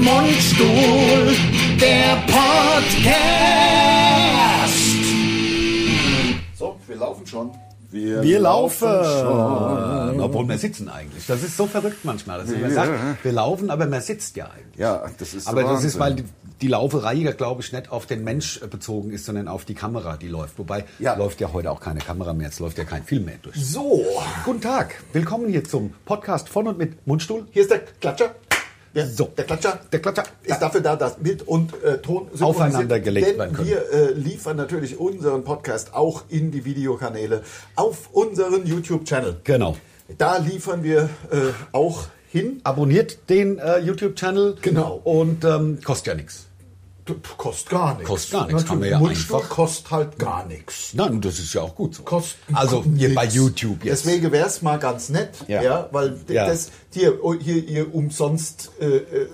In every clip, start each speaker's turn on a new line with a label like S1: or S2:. S1: Mundstuhl, der Podcast.
S2: So, wir laufen schon. Wir,
S1: Wir laufen
S2: schon.
S3: Obwohl wir sitzen eigentlich. Das ist so verrückt manchmal. Dass man sagt, wir laufen, aber man sitzt ja eigentlich.
S2: Ja, das ist
S3: aber
S2: der
S3: das ist, weil
S2: Wahnsinn.
S3: die, die Lauferei ja, glaube ich, nicht auf den Mensch äh, bezogen ist, sondern auf die Kamera, die läuft. Wobei,
S2: Ja.
S3: läuft ja heute auch keine Kamera mehr, jetzt läuft ja kein Film mehr durch.
S1: So,
S3: Guten Tag, willkommen hier zum Podcast von und mit Mundstuhl.
S1: hier ist der Klatscher. Der,
S3: So.
S1: der Klatscher
S3: Der Klatscher
S1: ist dafür da, dass Bild und äh, Ton synchronisiert
S3: Aufeinander gelegt
S1: denn
S3: werden können.
S1: Wir äh, liefern natürlich unseren Podcast auch in die Videokanäle auf unseren YouTube-Channel.
S3: Genau.
S1: Da liefern wir äh, auch hin.
S3: Abonniert den äh, YouTube-Channel.
S1: Genau.
S3: Und ähm, kostet ja nichts.
S1: Kostet gar nichts.
S3: Kostet gar nichts, kann man
S1: Natürlich,
S3: ja
S1: Mundstuhl
S3: einfach-
S1: kostet halt gar nichts.
S3: Nein, das ist ja auch gut so.
S1: Kost-
S3: also hier
S1: nix.
S3: bei YouTube jetzt.
S1: Deswegen wäre es mal ganz nett, ja,
S3: Ja.
S1: weil d-
S3: Ja.
S1: das hier, oh, hier ihr umsonst äh, äh,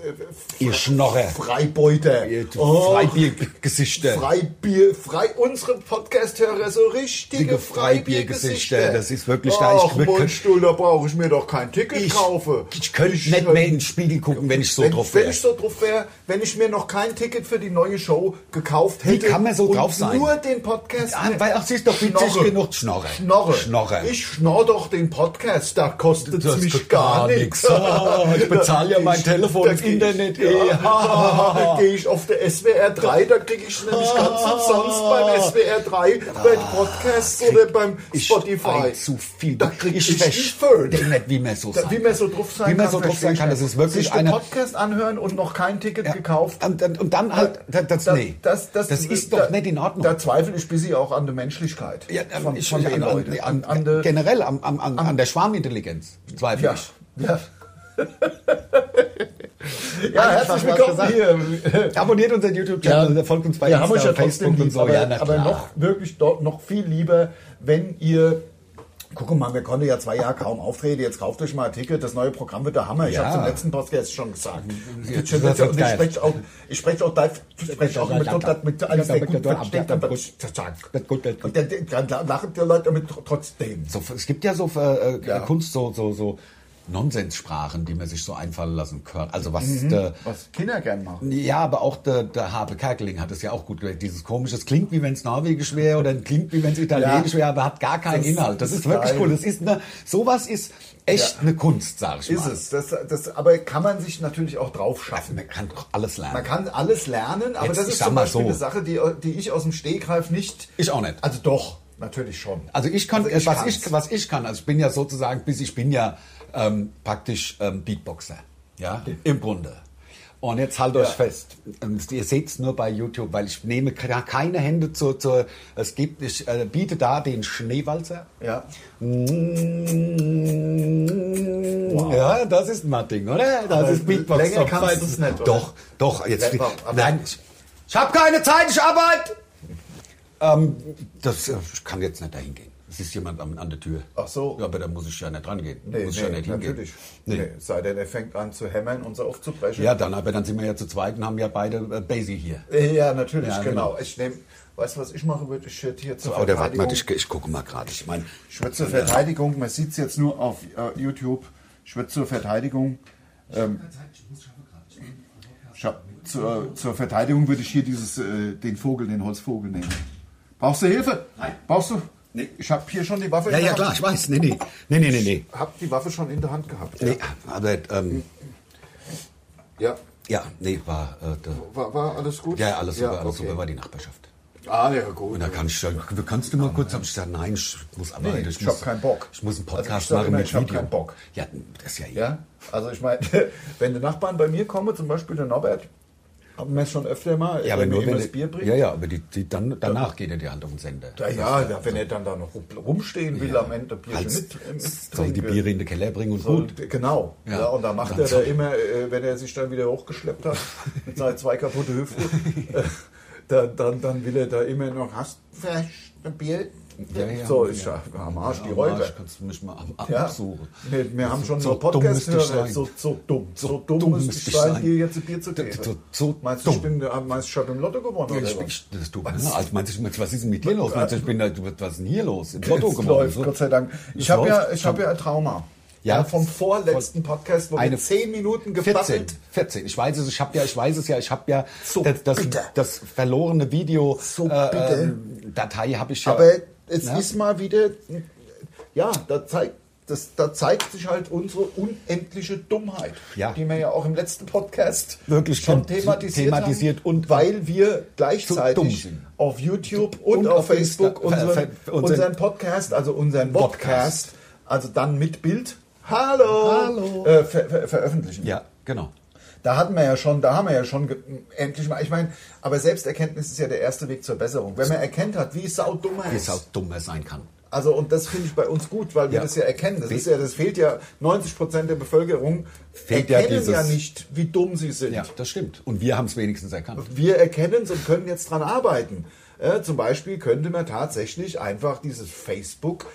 S3: Ihr Schnorrer.
S1: Freibeuter,
S3: Ihr
S1: Oh,
S3: Freibiergesichter.
S1: Freibier, frei unsere Podcasthörer so richtige
S3: Dicke
S1: Freibiergesichter.
S3: Freibiergesichter, das ist wirklich- da
S1: Ach,
S3: ich- wir können-
S1: Mundstuhl, da brauche ich mir doch kein Ticket
S3: ich,
S1: kaufen.
S3: ich könnte nicht mehr in den Spiegel gucken, wenn ich so
S1: wenn,
S3: drauf
S1: wenn
S3: wäre.
S1: ich so drauf wäre, wenn ich mir noch kein Ticket für die neue Show gekauft
S3: Wie
S1: hätte.
S3: kann man so
S1: und
S3: drauf sein?
S1: Nur den Podcast.
S3: Ah, weil auch sie ist doch witzig
S1: Schnorre.
S3: genug. Schnorre.
S1: Schnorre.
S3: Schnorre.
S1: Ich schnorre doch den Podcast, da kostet es mich gar nichts.
S3: Oh, ich bezahle ja mein Telefon
S1: Da
S3: ins
S1: geh ich-
S3: Internet, eh.
S1: Ja, gehe ich auf der SWR 3, da kriege ich nämlich ganz umsonst beim SWR 3, beim Podcast oder beim Spotify.
S3: ein zu viel.
S1: Da krieg ich,
S3: verstehe
S1: Föhn.
S3: nicht, wie man so sein
S1: Wie
S3: kann.
S1: man so drauf sein
S3: Wie
S1: kann.
S3: man so drauf
S1: versteh
S3: sein
S1: ich
S3: kann. Das
S1: nicht.
S3: ist wirklich
S1: Sich den
S3: eine...
S1: Podcast anhören und noch kein Ticket gekauft.
S3: Und, und, und dann halt... Das, das, nee.
S1: das, das,
S3: ist
S1: da-
S3: doch nicht in Ordnung.
S1: Da zweifle ich bis sie auch an der Menschlichkeit.
S3: Ja, ähm,
S1: von,
S3: ich,
S1: von den
S3: an,
S1: Leuten.
S3: an, an,
S1: an der-
S3: generell am, am, an, an der Schwarmintelligenz zweifle
S1: Ja.
S3: ich.
S1: Ja. ja, herzlich willkommen hier.
S3: Abonniert unseren YouTube-Channel, folgt uns bei
S1: wir haben euch ja trotzdem
S3: Facebook und
S1: lieb,
S3: so.
S1: aber,
S3: ja, na
S1: aber
S3: klar.
S1: noch wirklich dort noch viel lieber, wenn ihr Guck mal, wir konnten ja zwei Jahre kaum auftreten. Jetzt kauft euch mal ein Ticket. Das neue Programm wird der Hammer. Ich
S3: Ja. Mhm,
S1: habe es im letzten Podcast schon gesagt. Ich,
S3: das wird geil.
S1: spreche auch, ich spreche auch, da- ich spreche auch mit, mit, mit alles sehr gut versteht. aber-
S3: Wird gut, wird gut.
S1: Und dann- dann lachen die Leute damit trotzdem.
S3: So, es gibt ja so äh,
S1: Ja.
S3: Kunst, so, so, so Nonsenssprachen, die man sich so einfallen lassen kann. Also was,
S1: Mhm.
S3: der,
S1: Was Kinder gern machen.
S3: ja, aber auch der, der Habe Kerkeling hat es ja auch gut gemacht. Dieses komische, es klingt wie wenn es Norwegisch wäre oder klingt wie wenn es Italienisch
S1: Ja.
S3: wäre, aber hat gar keinen
S1: Das
S3: Inhalt. Das
S1: ist
S3: ist, wirklich
S1: geil.
S3: cool. Das ist eine, sowas ist echt
S1: Ja.
S3: eine Kunst, sag ich
S1: Ist
S3: mal.
S1: es. Das, das, aber kann man sich natürlich auch drauf schaffen.
S3: Man kann doch alles lernen.
S1: Man kann alles lernen, aber
S3: Jetzt,
S1: das
S3: ich
S1: ist
S3: sag
S1: zum
S3: mal
S1: Beispiel
S3: so.
S1: eine Sache, die, die ich aus dem Stegreif nicht.
S3: Ich auch nicht.
S1: Also doch, natürlich schon.
S3: Also ich kann,
S1: Also ich
S3: was,
S1: kann's.
S3: ich, was ich kann, also ich bin ja sozusagen, bis ich bin ja ähm, praktisch ähm, Beatboxer, ja, im Grunde. Und jetzt halt euch fest, Ähm, ihr seht es nur bei YouTube, weil ich nehme ke- keine Hände zur, zur es gibt, ich äh, biete da den Schneewalzer.
S1: Ja.
S3: Wow. Ja, das ist Matting, oder? Das
S1: Aber
S3: ist Beatbox.
S1: länger
S3: Doch,
S1: kannst
S3: weiß-
S1: du's nicht, oder?
S3: Doch, doch, jetzt,
S1: Laptop, aber-
S3: nein, ich, ich habe keine Zeit, ich arbeite! Ähm, das äh, ich kann jetzt nicht dahin gehen. Es ist jemand an, an der Tür.
S1: Ach so.
S3: Ja, aber da muss ich ja nicht rangehen.
S1: Nee,
S3: muss ich
S1: nee,
S3: ja nicht hingehen.
S1: natürlich. Nee.
S3: Nee.
S1: sei denn, er fängt an zu hämmern und so aufzubrechen.
S3: Ja, dann, aber dann sind wir ja zu zweit und haben ja beide äh, Basie hier.
S1: Äh, ja natürlich,
S3: Ja,
S1: genau.
S3: genau.
S1: Ich nehme, weißt du, was ich mache, würde ich jetzt hier zur
S3: Oder warte
S1: Verteidigung.
S3: mal, ich, ich gucke mal gerade. Ich meine,
S1: Ich würde zur Verteidigung, man sieht es jetzt nur auf äh, YouTube, ich würde zur Verteidigung. Ähm, ich hab, zur, zur Verteidigung würde ich hier dieses, äh, den Vogel, den Holzvogel nehmen. Brauchst du Hilfe? Nein. Brauchst du?
S3: Nee.
S1: Ich habe hier schon die Waffe
S3: ja,
S1: in der
S3: ja,
S1: Hand.
S3: klar, ich weiß. Nee, nee, nee, nee, nee. nee.
S1: Hab die Waffe schon in der Hand gehabt.
S3: nee aber, ähm,
S1: Ja.
S3: ja, nee, war, äh, da,
S1: War, war alles gut?
S3: ja, alles super, alles
S1: okay.
S3: super, war die Nachbarschaft.
S1: Ah, ja, gut.
S3: Und da kann ich dann, kannst du mal kurz, hab ich gesagt, nein, ich muss arbeiten.
S1: Nee, ich
S3: muss-
S1: hab keinen Bock.
S3: Ich muss einen
S1: Also ich
S3: Podcast
S1: sag
S3: machen
S1: immer,
S3: mit
S1: ich hab
S3: Video.
S1: keinen Bock.
S3: Ja, das ist ja, ja.
S1: Ja, also ich meine, wenn die Nachbarn bei mir kommen, zum Beispiel der Norbert, haben wir schon öfter mal,
S3: eh- Ja, aber
S1: wenn
S3: nur
S1: mir
S3: wenn
S1: immer das
S3: die-
S1: Bier bringt.
S3: Ja, ja, aber die, die dann, danach geht er dir halt auf den Sender.
S1: Ja, ja, ja, wenn er dann da noch rum- rumstehen will am Ende Bier
S3: Halt,
S1: mit, äh, mit
S3: soll die
S1: trinken.
S3: Biere in den Keller bringen und
S1: So,
S3: gut.
S1: d- Genau. Ja.
S3: Ja.
S1: und da macht
S3: Dann
S1: er da
S3: so.
S1: immer, äh, wenn er sich dann wieder hochgeschleppt hat, mit seinen zwei kaputte Hüften, äh, dann, dann, dann will er da immer noch, hast du vielleicht ein Bier?
S3: Ja, ja,
S1: so,
S3: ja.
S1: ist ja am Arsch die
S3: am
S1: Räuber.
S3: Arsch kannst du mich mal am
S1: Ja.
S3: absuchen.
S1: Nee, wir haben schon
S3: so
S1: so
S3: dumm müsste ich
S1: Podcast-Hörer.
S3: sein.
S1: So, so dumm. So,
S3: So
S1: dumm
S3: dumm
S1: müsste
S3: müsste
S1: ich
S3: ich
S1: sein,
S3: sein.
S1: dir jetzt ein Bier zu
S3: D-
S1: geben.
S3: so- so
S1: meinst du, ich
S3: dumm.
S1: bin der meinst du, ich hab im Lotto gewonnen?
S3: Ja,
S1: oder
S3: ich,
S1: was?
S3: ich, das tut mir leid. Also, meinst du, was ist denn mit dir los? Meinst du, ich bin da, du- was ist denn hier los? Im Lotto
S1: Es
S3: gewonnen.
S1: läuft,
S3: so?
S1: Gott sei Dank. Ich
S3: Es
S1: habe
S3: läuft.
S1: ja, ich hab ja ein Trauma.
S3: Ja.
S1: Ja, vom vorletzten Podcast, wo
S3: Eine
S1: wir 10
S3: 14,
S1: Minuten gebattelt
S3: 14. Ich weiß es, ich habe ja, ich weiß es ja, ich habe ja
S1: So
S3: das, das,
S1: bitter.
S3: das verlorene Video
S1: So
S3: äh,
S1: bitter.
S3: ähm, Datei habe ich ja. ne?
S1: Aber es
S3: Ja.
S1: ist mal wieder, ja, da zeigt, das, da zeigt sich halt unsere unendliche Dummheit,
S3: Ja.
S1: die wir ja auch im letzten Podcast
S3: Wirklich
S1: schon
S3: stimmt.
S1: thematisiert,
S3: Thematisiert
S1: haben,
S3: und-
S1: weil wir
S3: dumm
S1: gleichzeitig
S3: sind.
S1: auf YouTube und,
S3: Und auf
S1: auf Facebook
S3: Insta-
S1: unseren,
S3: Fe- Fe-
S1: unseren,
S3: unseren-
S1: Podcast, also unseren
S3: Podcast.
S1: Podcast, also dann mit Bild, hallo,
S3: Hallo.
S1: Äh, ver ver veröffentlichen.
S3: ja, genau.
S1: Da hatten wir ja schon, da haben wir ja schon ge- endlich mal. Ich meine, aber Selbsterkenntnis ist ja der erste Weg zur Besserung. Wenn man erkennt hat, wie saudumm er
S3: Wie
S1: ist.
S3: es auch dummer sein kann.
S1: Also und das finde ich bei uns gut, weil wir
S3: Ja.
S1: das ja erkennen. Das
S3: Wie-
S1: ist ja, das fehlt ja 90 Prozent der Bevölkerung
S3: Fehlt ja
S1: erkennen
S3: dieses-
S1: ja, nicht, wie dumm sie sind.
S3: Ja, das stimmt. Und wir haben es wenigstens erkannt.
S1: Wir erkennen es und können jetzt dran arbeiten. Äh, zum Beispiel könnte man tatsächlich einfach dieses Facebook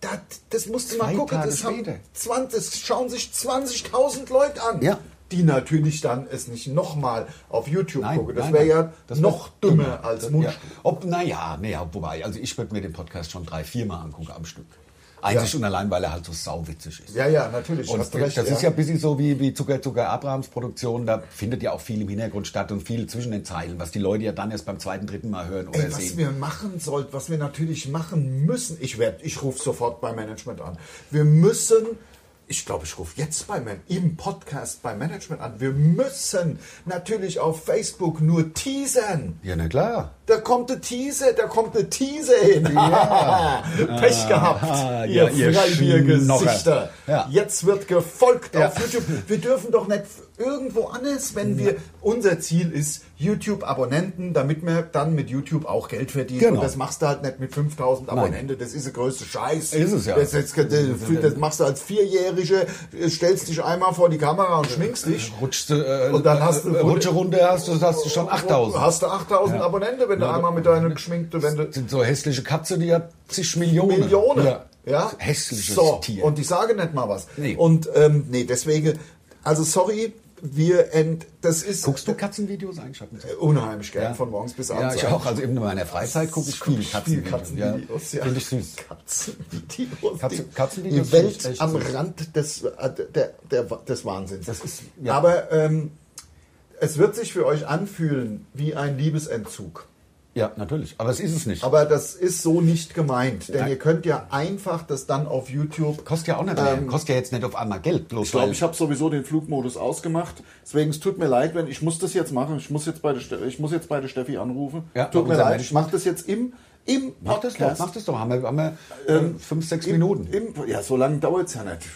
S1: das, das musst du mal
S3: Zwei
S1: gucken,
S3: Tage
S1: das, haben
S3: später.
S1: 20, das schauen sich 20.000 Leute an,
S3: Ja.
S1: die natürlich dann es nicht nochmal auf YouTube
S3: Nein,
S1: gucken. Das
S3: nein,
S1: wäre
S3: nein.
S1: ja
S3: Das wär
S1: noch dümmer, als Mund.
S3: Ja. Ob, naja, naja, wobei, also ich würde mir den Podcast schon drei, vier Mal angucken am Stück. Einzig
S1: Ja.
S3: und allein, weil er halt so sauwitzig ist.
S1: Ja, ja, natürlich.
S3: Und
S1: hast
S3: das
S1: recht,
S3: ist ja ein bisschen so wie, wie Zucker Zucker Abrahams Produktion, da findet ja auch viel im Hintergrund statt und viel zwischen den Zeilen, was die Leute ja dann erst beim zweiten, dritten Mal hören oder
S1: Ey, was
S3: sehen.
S1: wir machen sollten, was wir natürlich machen müssen, ich werde, ich rufe sofort beim Management an. Wir müssen, ich glaube, ich rufe jetzt beim Man- im Podcast beim Management an. Wir müssen natürlich auf Facebook nur teasern.
S3: Ja, na klar.
S1: Da kommt der Teaser, da kommt der Teaser hin. Pech gehabt,
S3: Ah, ja,
S1: ihr
S3: ihr Schnorrer.
S1: Freibiergesichter.
S3: Ja.
S1: Jetzt wird gefolgt auf YouTube. Wir dürfen doch nicht irgendwo anders, wenn wir... Unser Ziel ist YouTube-Abonnenten, damit wir dann mit YouTube auch Geld verdienen.
S3: Genau.
S1: Und das machst du halt nicht mit 5000 Abonnenten. Das ist der größte Scheiß.
S3: Ist es ja.
S1: Das, ist- das machst du als Vierjährige, stellst dich einmal vor die Kamera und schminkst dich.
S3: Rutschst, du, äh,
S1: Und dann hast du-
S3: Rutsche runter, hast du, hast du schon 8000.
S1: Hast du 8000 Abonnenten, wenn du einmal mit deiner geschminkten, wenn du
S3: Das sind so hässliche Katze, die hat zig Millionen.
S1: Millionen.
S3: Ja.
S1: Ja.
S3: Hässliches
S1: so,
S3: Tier.
S1: Und ich sage nicht mal was.
S3: Nee.
S1: Und ähm, nee, deswegen, also sorry, wir ent, das ist
S3: Guckst du Katzenvideos ein? Ich hab nicht-
S1: unheimlich gern von morgens bis
S3: Ja,
S1: abends.
S3: ich auch. Also eben in meiner Freizeit gucke ich viel Katzenvideos. Ja.
S1: Katzenvideos, ja.
S3: Finde ich süß.
S1: Katzenvideos.
S3: Katzen-
S1: die-
S3: Katzenvideos
S1: Die
S3: finde ich echt
S1: Welt am
S3: süß.
S1: Rand des, äh, der, der, des Wahnsinns.
S3: Das ist- ja.
S1: Aber ähm, es wird sich für euch anfühlen wie ein Liebesentzug.
S3: Ja, natürlich. Aber es ist es nicht.
S1: Aber das ist so nicht gemeint, denn
S3: Nein.
S1: ihr könnt ja einfach das dann auf YouTube
S3: Kostet ja auch nicht
S1: Ähm,
S3: mehr. Kostet ja jetzt nicht auf einmal Geld. Bloß
S4: Ich glaube,
S3: weil-
S4: ich habe sowieso den Flugmodus ausgemacht. Deswegen, es tut mir leid, wenn ich muss das jetzt machen. Ich muss jetzt bei der, Ste- ich muss jetzt bei der Steffi anrufen.
S3: Ja,
S4: tut mir
S3: unser
S4: leid,
S3: Mensch
S4: ich mache das jetzt im, im
S3: Mach das doch, mach das doch. Haben wir, haben wir ähm, fünf, sechs
S4: Im,
S3: Minuten.
S4: Im, ja, so lange dauert es ja nicht.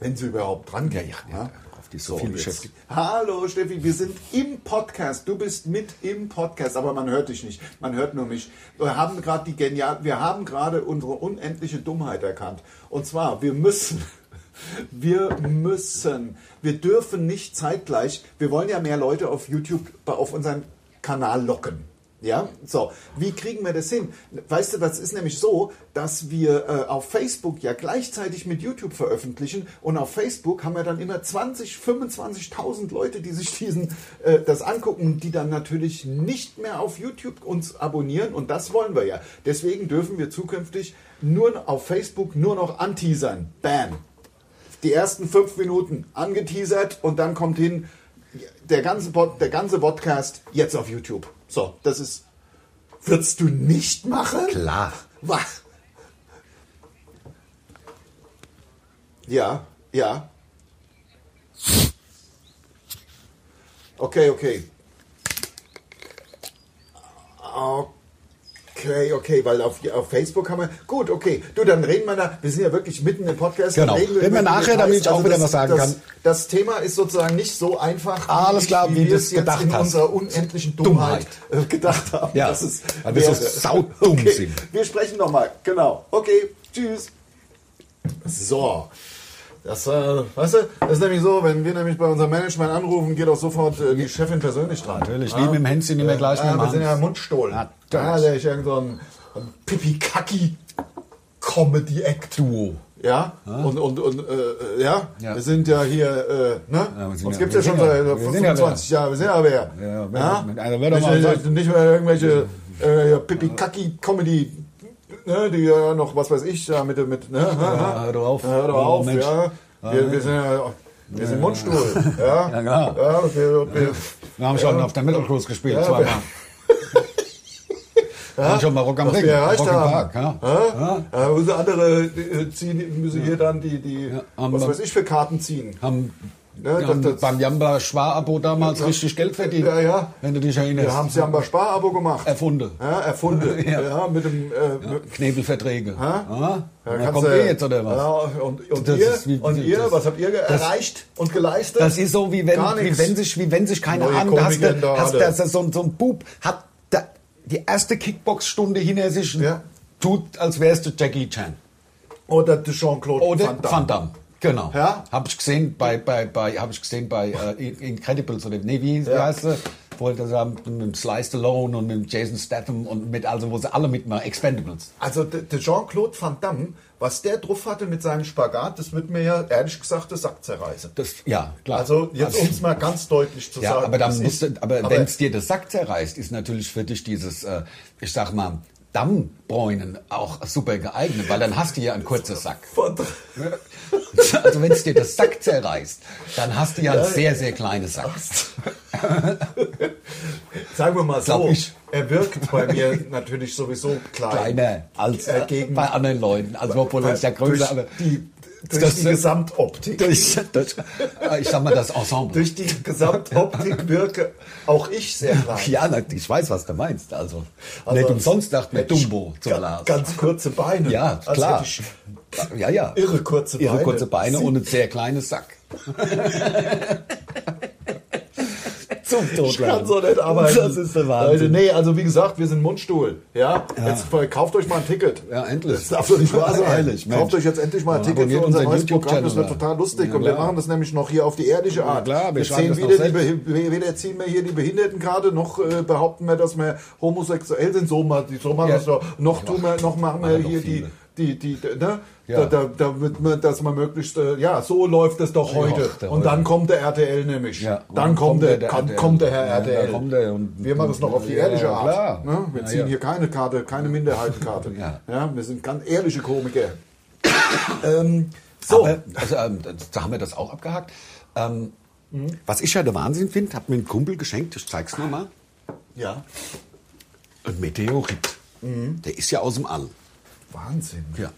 S1: wenn sie überhaupt dran geht.
S3: Ja, ja, ja, auf die ist so viel
S1: jetzt-
S3: beschäftigt.
S1: Hallo Steffi, wir sind im Podcast. Du bist mit im Podcast, aber man hört dich nicht. Man hört nur mich. Wir haben gerade die genial, wir haben gerade unsere unendliche Dummheit erkannt. Und zwar, wir müssen, wir müssen, wir dürfen nicht zeitgleich. Wir wollen ja mehr Leute auf YouTube, bei- auf unseren Kanal locken. Ja, so. Wie kriegen wir das hin? Weißt du, das ist nämlich so, dass wir äh, auf Facebook ja gleichzeitig mit YouTube veröffentlichen und auf Facebook haben wir dann immer 20, 25.000 Leute, die sich diesen äh, das angucken, und die dann natürlich nicht mehr auf YouTube uns abonnieren und das wollen wir ja. Deswegen dürfen wir zukünftig nur auf Facebook nur noch anteasern. Bam. Die ersten fünf Minuten angeteasert und dann kommt hin der ganze, Pod, der ganze Podcast jetzt auf YouTube. So, das ist. Würdest du nicht machen?
S3: Klar.
S1: Was? Ja, ja. Okay, okay. Okay, okay, weil auf, auf Facebook haben wir. Gut, okay. Du, dann reden wir da. Wir sind ja wirklich mitten im Podcast.
S3: Genau.
S1: Dann
S3: Reden wir
S1: über die
S3: nachher,
S1: Details.
S3: damit ich auch wieder
S1: das,
S3: was sagen
S1: das,
S3: kann.
S1: Das Thema ist sozusagen nicht so einfach,
S3: Alles klar, wie
S1: wie
S3: du
S1: wir
S3: es
S1: es jetzt
S3: gedacht
S1: in
S3: hast.
S1: unserer unendlichen Dummheit, äh, gedacht haben.
S3: Ja,
S1: dass es
S3: weil wir so
S1: wäre.
S3: saudumm
S1: okay.
S3: sind.
S1: Wir sprechen nochmal. Genau. Okay, tschüss. So. Das, äh, weißt du, das ist nämlich so, wenn wir nämlich bei unserem Management anrufen, geht auch sofort äh, die Chefin persönlich dran.
S3: Natürlich, wie mit dem Hänschen immer gleich mit
S1: ja,
S3: dem
S1: wir sind ja
S3: Hans.
S1: im Mundstuhl.
S3: Ah,
S1: Ja,
S3: Deutsch.
S1: der ist irgend so ein, ein Pipi-Kacki Comedy Act.
S3: Duo.
S1: Ja, und, und, und äh, äh, ja.
S3: Ja.
S1: wir sind ja hier, äh, ne?
S3: Ja, wir sind
S1: Uns
S3: ja-
S1: gibt
S3: wir
S1: es ja schon
S3: sind ja-
S1: seit
S3: wir sind ja
S1: 25 Jahren, wir sind ja wer.
S3: ja, wer- also wer doch
S1: nicht,
S3: mal
S1: nicht,
S3: sagt-
S1: nicht mehr irgendwelche äh, Pipi-Kacki-Comedy ne, die ja noch, was weiß ich, da mit, mit ne,
S3: hör doch auf.
S1: hör doch
S3: Oh,
S1: auf,
S3: Mensch.
S1: ja. Wir, wir sind ja, wir sind Mundstuhl, ja.
S3: Ja, genau.
S1: Ja, wir, wir,
S3: Wir haben schon auf der Metal Cruise gespielt,
S1: Ja,
S3: zweimal.
S1: wir-
S3: Wir haben schon mal Rock am
S1: was
S3: Ring,
S1: wir erreicht
S3: Rock im
S1: haben.
S3: Park. Ja.
S1: Ja? Ja, unsere andere äh, ziehen, müssen hier dann die, die
S3: haben
S1: was
S3: wir-
S1: weiß ich, für Karten ziehen.
S3: Haben,
S1: Ja, das-
S3: haben
S1: das-
S3: beim Jamba Schwar-Abo damals richtig Geld verdient,
S1: Ja, ja.
S3: wenn du dich erinnerst.
S1: Wir haben es ja am Sparabo gemacht.
S3: Erfunden.
S1: Ja, erfunden.
S3: Ja.
S1: ja. mit dem. Äh, mit-
S3: Knebelverträge. Ja?
S1: Ja,
S3: Na,
S1: kannst
S3: kommt
S1: du-
S3: ihr jetzt oder was?
S1: Ja, und, und
S3: Das
S1: ihr,
S3: ist wie-
S1: und ihr
S3: das-
S1: was habt ihr ge- erreicht und geleistet?
S3: Das ist so, wie wenn,
S1: Gar
S3: wie
S1: nix.
S3: wenn, sich, wie wenn sich keine
S1: Neue
S3: Ahnung, da hast,
S1: Komiker
S3: du,
S1: da
S3: hast
S1: alle.
S3: das, so, ein- so ein Bub hat da, die erste Kickbox-Stunde hinter sich und
S1: Ja.
S3: tut, als wärst du Jackie Chan.
S1: Oder de Jean-Claude
S3: Oder
S1: Van Damme.
S3: Genau.
S1: Ja?
S3: Habe ich gesehen bei, bei, bei, hab ich gesehen bei äh, In- Incredibles oder nee, wie
S1: Ja.
S3: heißt sie? Wollte sagen, mit dem Sly Stallone und mit dem Jason Statham und mit, also wo sie alle mitmachen, Expendables.
S1: Also de, de Jean-Claude Van Damme, was der drauf hatte mit seinem Spagat, das wird mir ja ehrlich gesagt das Sack zerreißen.
S3: Das, ja, klar.
S1: Also jetzt um es mal ganz deutlich zu
S3: Ja,
S1: sagen.
S3: aber dann
S1: das
S3: musst du,
S1: ist-
S3: aber, wenn es dir das Sack zerreißt, ist natürlich für dich dieses, äh, ich sag mal, Dammbräunen auch super geeignet, weil dann hast du ja einen kurzen Sack.
S1: Von-
S3: Also wenn es dir das Sack zerreißt, dann hast du ja einen sehr, sehr kleinen Sack.
S1: Sagen wir mal so,
S3: Glaub ich.
S1: er wirkt bei mir natürlich sowieso klein.
S3: Kleiner als
S1: Äh,
S3: äh,
S1: gegen-
S3: bei anderen Leuten. Also obwohl er ist ja größer,
S1: durch
S3: aber
S1: die, durch
S3: Das-
S1: die Gesamtoptik.
S3: durch, durch, äh, ich sag mal, das Ensemble.
S1: durch die Gesamtoptik wirke auch ich sehr klein.
S3: ja, na, ich weiß, was du meinst. Also,
S1: Also,
S3: nicht umsonst sagt mir
S1: hätte ich
S3: Dumbo zum
S1: ga-
S3: Lars.
S1: Ganz kurze Beine.
S3: Ja,
S1: Als hätte
S3: klar.
S1: ich
S3: Ja, ja.
S1: irre kurze Beine.
S3: Ihre kurze Beine und ein sehr kleines Sack. Zum
S1: Ich kann so
S3: Totlachen.
S1: nicht arbeiten.
S3: Das ist der Wahnsinn.
S1: Leute, nee, also wie gesagt, wir sind Mundstuhl. Ja? Jetzt kauft euch mal ein Ticket.
S3: Ja, endlich.
S1: Das darf doch nicht wahr sein.
S3: Ehrlich, Mensch.
S1: kauft euch jetzt endlich mal ein
S3: Ja,
S1: Ticket für
S3: abonniert
S1: unser
S3: unseren
S1: neues
S3: YouTube-Channel
S1: Programm. Das wird
S3: da.
S1: total lustig.
S3: Ja,
S1: und wir
S3: klar.
S1: machen das nämlich noch hier auf die ehrliche Art.
S3: klar, wir
S1: wir
S3: schreiben
S1: ziehen
S3: das
S1: weder,
S3: noch
S1: die Be- weder ziehen wir hier die Behindertenkarte, noch äh, behaupten wir, dass wir homosexuell sind. So, mal, so machen
S3: Ja.
S1: wir es doch. Noch, tun wir, noch machen wir
S3: Machen doch
S1: hier die.
S3: viele.
S1: Die, die, ne?
S3: Ja.
S1: Da, da, damit man, dass man möglichst, äh, ja, so läuft es doch heute.
S3: doch,
S1: und dann
S3: heute.
S1: kommt der RTL nämlich.
S3: Ja, und
S1: Dann kommt, der, kommt,
S3: RTL.
S1: kommt der Herr
S3: Ja,
S1: RTL.
S3: dann kommt er und-
S1: wir machen es noch auf die
S3: Ja,
S1: ehrliche
S3: ja,
S1: Art.
S3: klar.
S1: Ne? Wir
S3: Ja,
S1: ziehen
S3: ja.
S1: hier keine Karte, keine Minderheitenkarte.
S3: Ja.
S1: wir sind ganz ehrliche Komiker. ähm, so,
S3: So, Aber, also, ähm, das- da haben wir das auch abgehakt. Ähm,
S1: Mhm.
S3: Was ich ja der Wahnsinn finde, hat mir ein Kumpel geschenkt, ich zeig's nur mal,
S1: ja.
S3: ein Meteorit. Der ist ja aus dem All.
S1: Wahnsinn.
S3: Ja.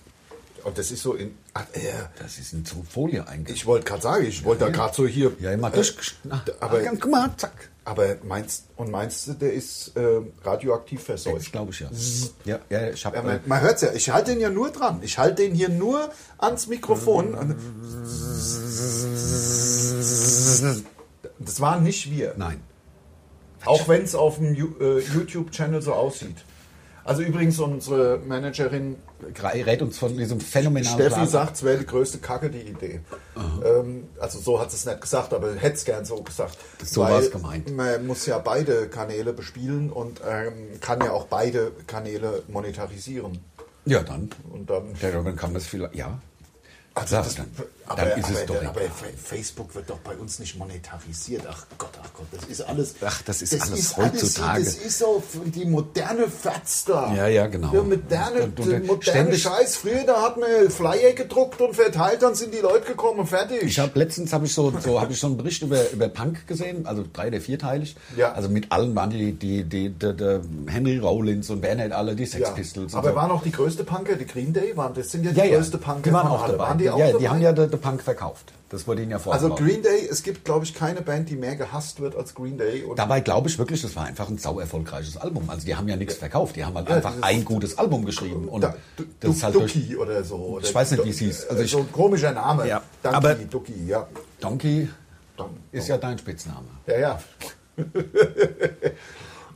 S1: Und das ist so in. Ach, äh,
S3: Das ist in so Folie eigentlich.
S1: ich wollte gerade sagen, ich wollte da gerade so hier.
S3: Ja, immer
S1: äh,
S3: durch. Na,
S1: aber,
S3: guck mal, zack.
S1: aber meinst und meinst du, der ist äh, radioaktiv
S3: Das
S1: verseucht?
S3: glaube ich ja. Ja, ja ich äh, habe
S1: Äh, Ja, man man hört es ja. Ich halte den ja nur dran. Ich halte den hier nur ans Mikrofon. Das waren nicht wir.
S3: Nein.
S1: Auch wenn es auf dem Ju- äh, YouTube-Channel so aussieht. Also übrigens unsere Managerin
S3: Grei rät uns von diesem phänomenalen
S1: Steffi
S3: Plan.
S1: sagt, es wäre die größte Kacke, die Idee. Ähm, also so hat sie es nicht gesagt, aber hätte es gern so gesagt.
S3: So
S1: Weil
S3: war's gemeint.
S1: Man muss ja beide Kanäle bespielen und ähm, kann ja auch beide Kanäle monetarisieren.
S3: Ja, dann.
S1: Und dann
S3: Ja, dann kann das vielleicht. Ja.
S1: Also
S3: Sag
S1: das,
S3: dann.
S1: aber,
S3: Dann ist
S1: aber,
S3: es doch
S1: aber
S3: egal.
S1: Fa- Facebook wird doch bei uns nicht monetarisiert. Ach Gott, ach Gott, das ist alles.
S3: Ach, das ist alles heutzutage.
S1: Alles, das ist so die moderne Fetster.
S3: Ja, ja, genau.
S1: Die moderne,
S3: Und- und-
S1: die moderne
S3: ständig-
S1: Scheiß. Früher, da hat man Flyer gedruckt und verteilt, dann sind die Leute gekommen und fertig.
S3: Ich habe letztens habe ich so, so habe ich so einen Bericht über, über Punk gesehen, also drei oder vierteilig.
S1: Ja.
S3: Also mit allen waren die die die, die, die Henry Rollins und wer nicht alle die Sex
S1: ja.
S3: Pistols. und
S1: Aber
S3: so.
S1: waren auch die größte Punker, die Green Day waren, das sind ja die
S3: ja, ja.
S1: größte Punker.
S3: die waren
S1: von
S3: auch
S1: alle.
S3: dabei.
S1: Waren die auch
S3: ja,
S1: dabei?
S3: die haben ja den den Punk verkauft. Das wurde ihnen ja
S1: also
S3: vorgeworfen.
S1: Green Day, es gibt glaube ich keine Band, die mehr gehasst wird als Green Day. Und
S3: Dabei glaube ich wirklich, das war einfach ein sau erfolgreiches Album. Also die haben ja nichts verkauft, die haben halt einfach
S1: das ist-
S3: ein gutes Album geschrieben und
S1: Da, du,
S3: das ist halt durch
S1: Ducky oder so. Oder
S3: Ich weiß nicht, wie es hieß. Also
S1: Also
S3: ich-
S1: so ein komischer Name.
S3: Ja,
S1: Ducky,
S3: aber-
S1: Ducky, ja.
S3: Donkey
S1: Dann-
S3: ist ja dein Spitzname.
S1: ja, ja.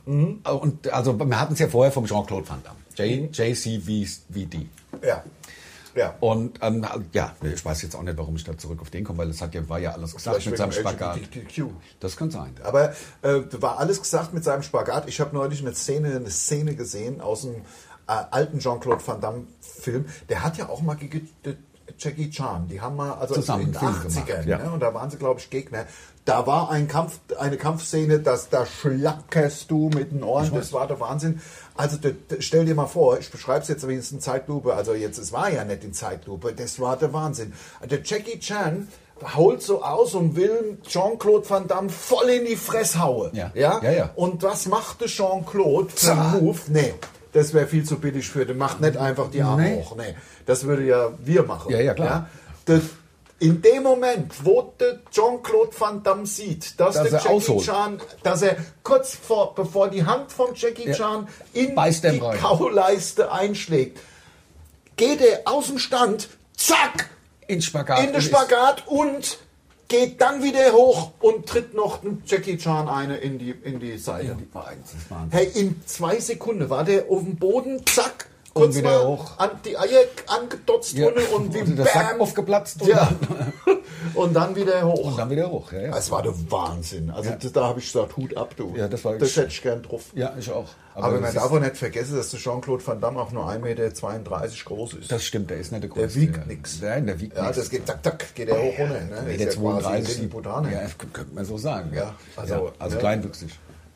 S3: Und also wir hatten es ja vorher vom Jean-Claude Van Damme. J-
S1: Hm?
S3: JCVD.
S1: Ja. Ja.
S3: Und ähm, ja, nee, ich weiß jetzt auch nicht, warum ich da zurück auf den komme, weil das hat ja, war ja alles gesagt
S1: Vielleicht
S3: mit seinem
S1: wegen
S3: Spagat.
S1: LGBTQ.
S3: Das kann sein.
S1: Aber äh, war alles gesagt mit seinem Spagat. Ich habe neulich eine Szene, eine Szene gesehen aus dem äh, alten Jean-Claude Van Damme-Film. Der hat ja auch mal gege- de- Jackie Chan. Die haben mal, also
S3: Zusammen
S1: in den
S3: einen Film
S1: 80ern,
S3: gemacht,
S5: ja.
S1: ne? und da waren sie, glaube ich, Gegner. Da war ein Kampf, eine Kampfszene, dass da schlackerst du mit den Ohren, das war der Wahnsinn. Also d- d- stell dir mal vor, ich beschreibe es jetzt wenigstens in Zeitlupe, also jetzt, es war ja nicht in Zeitlupe, das war der Wahnsinn. Der Jackie Chan holt so aus und will Jean-Claude Van Damme voll in die Fresse hauen.
S3: Ja.
S1: Ja?
S3: Ja, ja.
S1: Und was machte Jean-Claude für
S3: Zah.
S1: einen Move? Nee, das wäre viel zu billig für den. Macht nicht einfach die Arme
S3: Nee.
S1: hoch. Nee, das würde ja wir machen.
S3: Ja, ja, klar.
S1: Das, in dem Moment, wo der Jean-Claude Van Damme sieht, dass,
S3: Dass
S1: der
S3: er
S1: Jackie
S3: ausholt.
S1: Chan, dass er kurz vor, bevor die Hand von Jackie
S3: Ja.
S1: Chan in
S3: Beißt dem
S1: die
S3: rein.
S1: Kauleiste einschlägt, geht er aus dem Stand, zack,
S3: In Spagat.
S1: in den Spagat und geht dann wieder hoch und tritt noch dem Jackie Chan eine in die, in die Seite. Hey, in zwei Sekunden war der auf dem Boden, zack,
S3: Und
S1: kurz
S3: wieder
S1: mal
S3: hoch.
S1: an die Eier angedotzt
S3: Ja.
S1: wurde und wie
S3: Und der Sack aufgeplatzt und
S1: ja. und dann wieder hoch.
S3: Und dann wieder hoch, ja, ja.
S1: Es war der Wahnsinn. Also das, da habe ich gesagt, Hut ab, du.
S3: Ja, das war
S1: das
S3: ich-
S1: hätte ich gern drauf.
S3: ja, ich auch.
S1: Aber,
S3: das
S1: man
S3: ist-
S1: darf auch nicht vergessen, dass der Jean-Claude Van Damme auch nur 1,32 Meter groß ist.
S3: Das stimmt, der ist nicht der Größte.
S1: der wiegt
S3: ja.
S1: nix.
S3: Nein, der wiegt
S1: ja,
S3: nichts.
S1: das geht zack, zack, geht er hoch runter. Ne?
S3: der
S1: Ist
S3: Ah, der
S1: ja quasi
S3: 32.
S1: Lilliputaner.
S3: Ja, k- könnte man so sagen.
S1: Ja,
S3: Ja,
S1: also-
S3: also, ja, also
S1: ja.
S3: kleinwüchsig.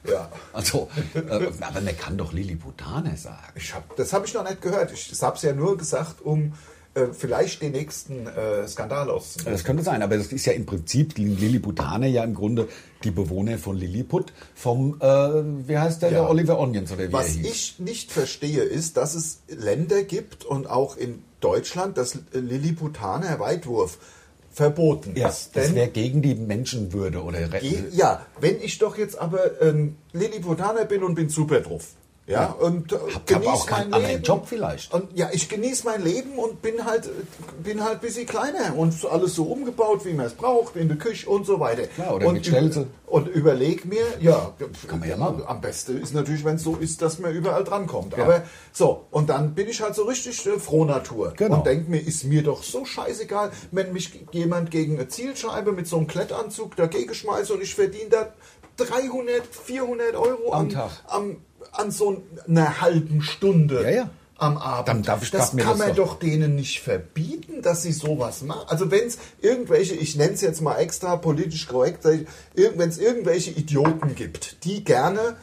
S1: ja.
S3: Also, äh, aber man kann doch Lilliputaner sagen.
S1: Ich hab, das habe ich noch nicht gehört. Ich habe es ja nur gesagt, um äh, vielleicht den nächsten äh, Skandal auszunehmen.
S3: Das könnte sein, aber das ist ja im Prinzip die Lilliputaner ja im Grunde die Bewohner von Lilliput vom, äh, wie heißt der,
S1: Ja.
S3: der Oliver Onions oder wie er
S1: Was
S3: hieß.
S1: ich nicht verstehe, ist, dass es Länder gibt und auch in Deutschland das Lilliputaner Weitwurf verboten
S3: ja,
S1: ist.
S3: das
S1: Denn
S3: wäre gegen die Menschenwürde oder Re
S1: Ge- Ja, wenn ich doch jetzt aber ähm, Lilliputaner bin und bin super drauf. Ja, und äh,
S3: hab
S1: genieß
S3: auch keinen
S1: mein
S3: anderen
S1: Leben.
S3: Job vielleicht.
S1: Und ja, ich genieße mein Leben und bin halt bin halt ein bisschen kleiner und so alles so umgebaut, wie man es braucht, in der Küche und so weiter.
S3: Ja, oder
S1: und
S3: mit Stelze.
S1: Und überleg mir, ja,
S3: Kann man ja machen.
S1: Am besten ist natürlich, wenn es so ist, dass man überall drankommt.
S3: Ja.
S1: Aber so, und dann bin ich halt so richtig äh, Frohnatur
S3: Genau.
S1: und denke mir, ist mir doch so scheißegal, wenn mich jemand gegen eine Zielscheibe mit so einem Klettanzug dagegen schmeißt und ich verdiene da 300, 400 Euro
S3: Am
S1: an,
S3: Tag.
S1: Am, an so einer halben Stunde
S3: Ja, ja.
S1: am Abend.
S3: Dann darf ich-
S1: das
S3: darf mir
S1: kann
S3: das
S1: man doch.
S3: doch.
S1: denen nicht verbieten, dass sie sowas machen. Also wenn es irgendwelche, ich nenne es jetzt mal extra politisch korrekt, wenn es irgendwelche Idioten gibt, die gerne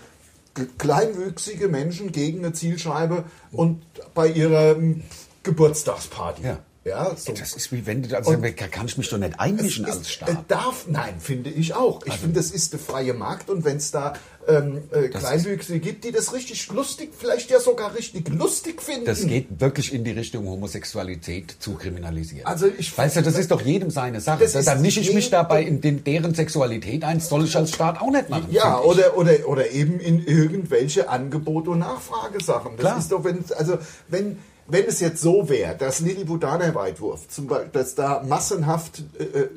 S1: g- kleinwüchsige Menschen gegen eine Zielscheibe und bei ihrer ähm, Geburtstagsparty.
S3: Ja.
S1: Ja, so.
S3: Das ist wie wenn du, also, da kann ich mich doch nicht einmischen
S1: Es
S3: als
S1: ist,
S3: Staat. Also
S1: äh, darf, nein, finde ich auch. Ich finde, das ist der freie Markt und wenn es da ähm, äh, Kleinwüchsige gibt, die das richtig lustig, vielleicht ja sogar richtig lustig finden.
S3: Das geht wirklich in die Richtung Homosexualität zu kriminalisieren.
S1: Also ich-
S3: weißt du, das ist doch jedem seine Sache.
S1: Das
S3: Das dann
S1: ist
S3: mische ich mich
S1: jedem-
S3: dabei in den, deren Sexualität ein, soll ich als Staat auch nicht machen.
S1: Ja,
S3: finde ich.
S1: oder, oder, oder eben in irgendwelche Angebot- und Nachfragesachen. Das
S3: Klar.
S1: ist doch, wenn, also, wenn, wenn es jetzt so wäre, dass Lilliputaner Weitwurf, zum Beispiel, dass da massenhaft, äh, äh,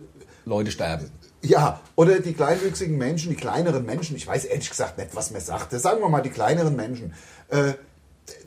S3: Leute sterben.
S1: ja, oder die kleinwüchsigen Menschen, die kleineren Menschen, ich weiß ehrlich gesagt nicht, was man sagt, sagen wir mal die kleineren Menschen, äh, d-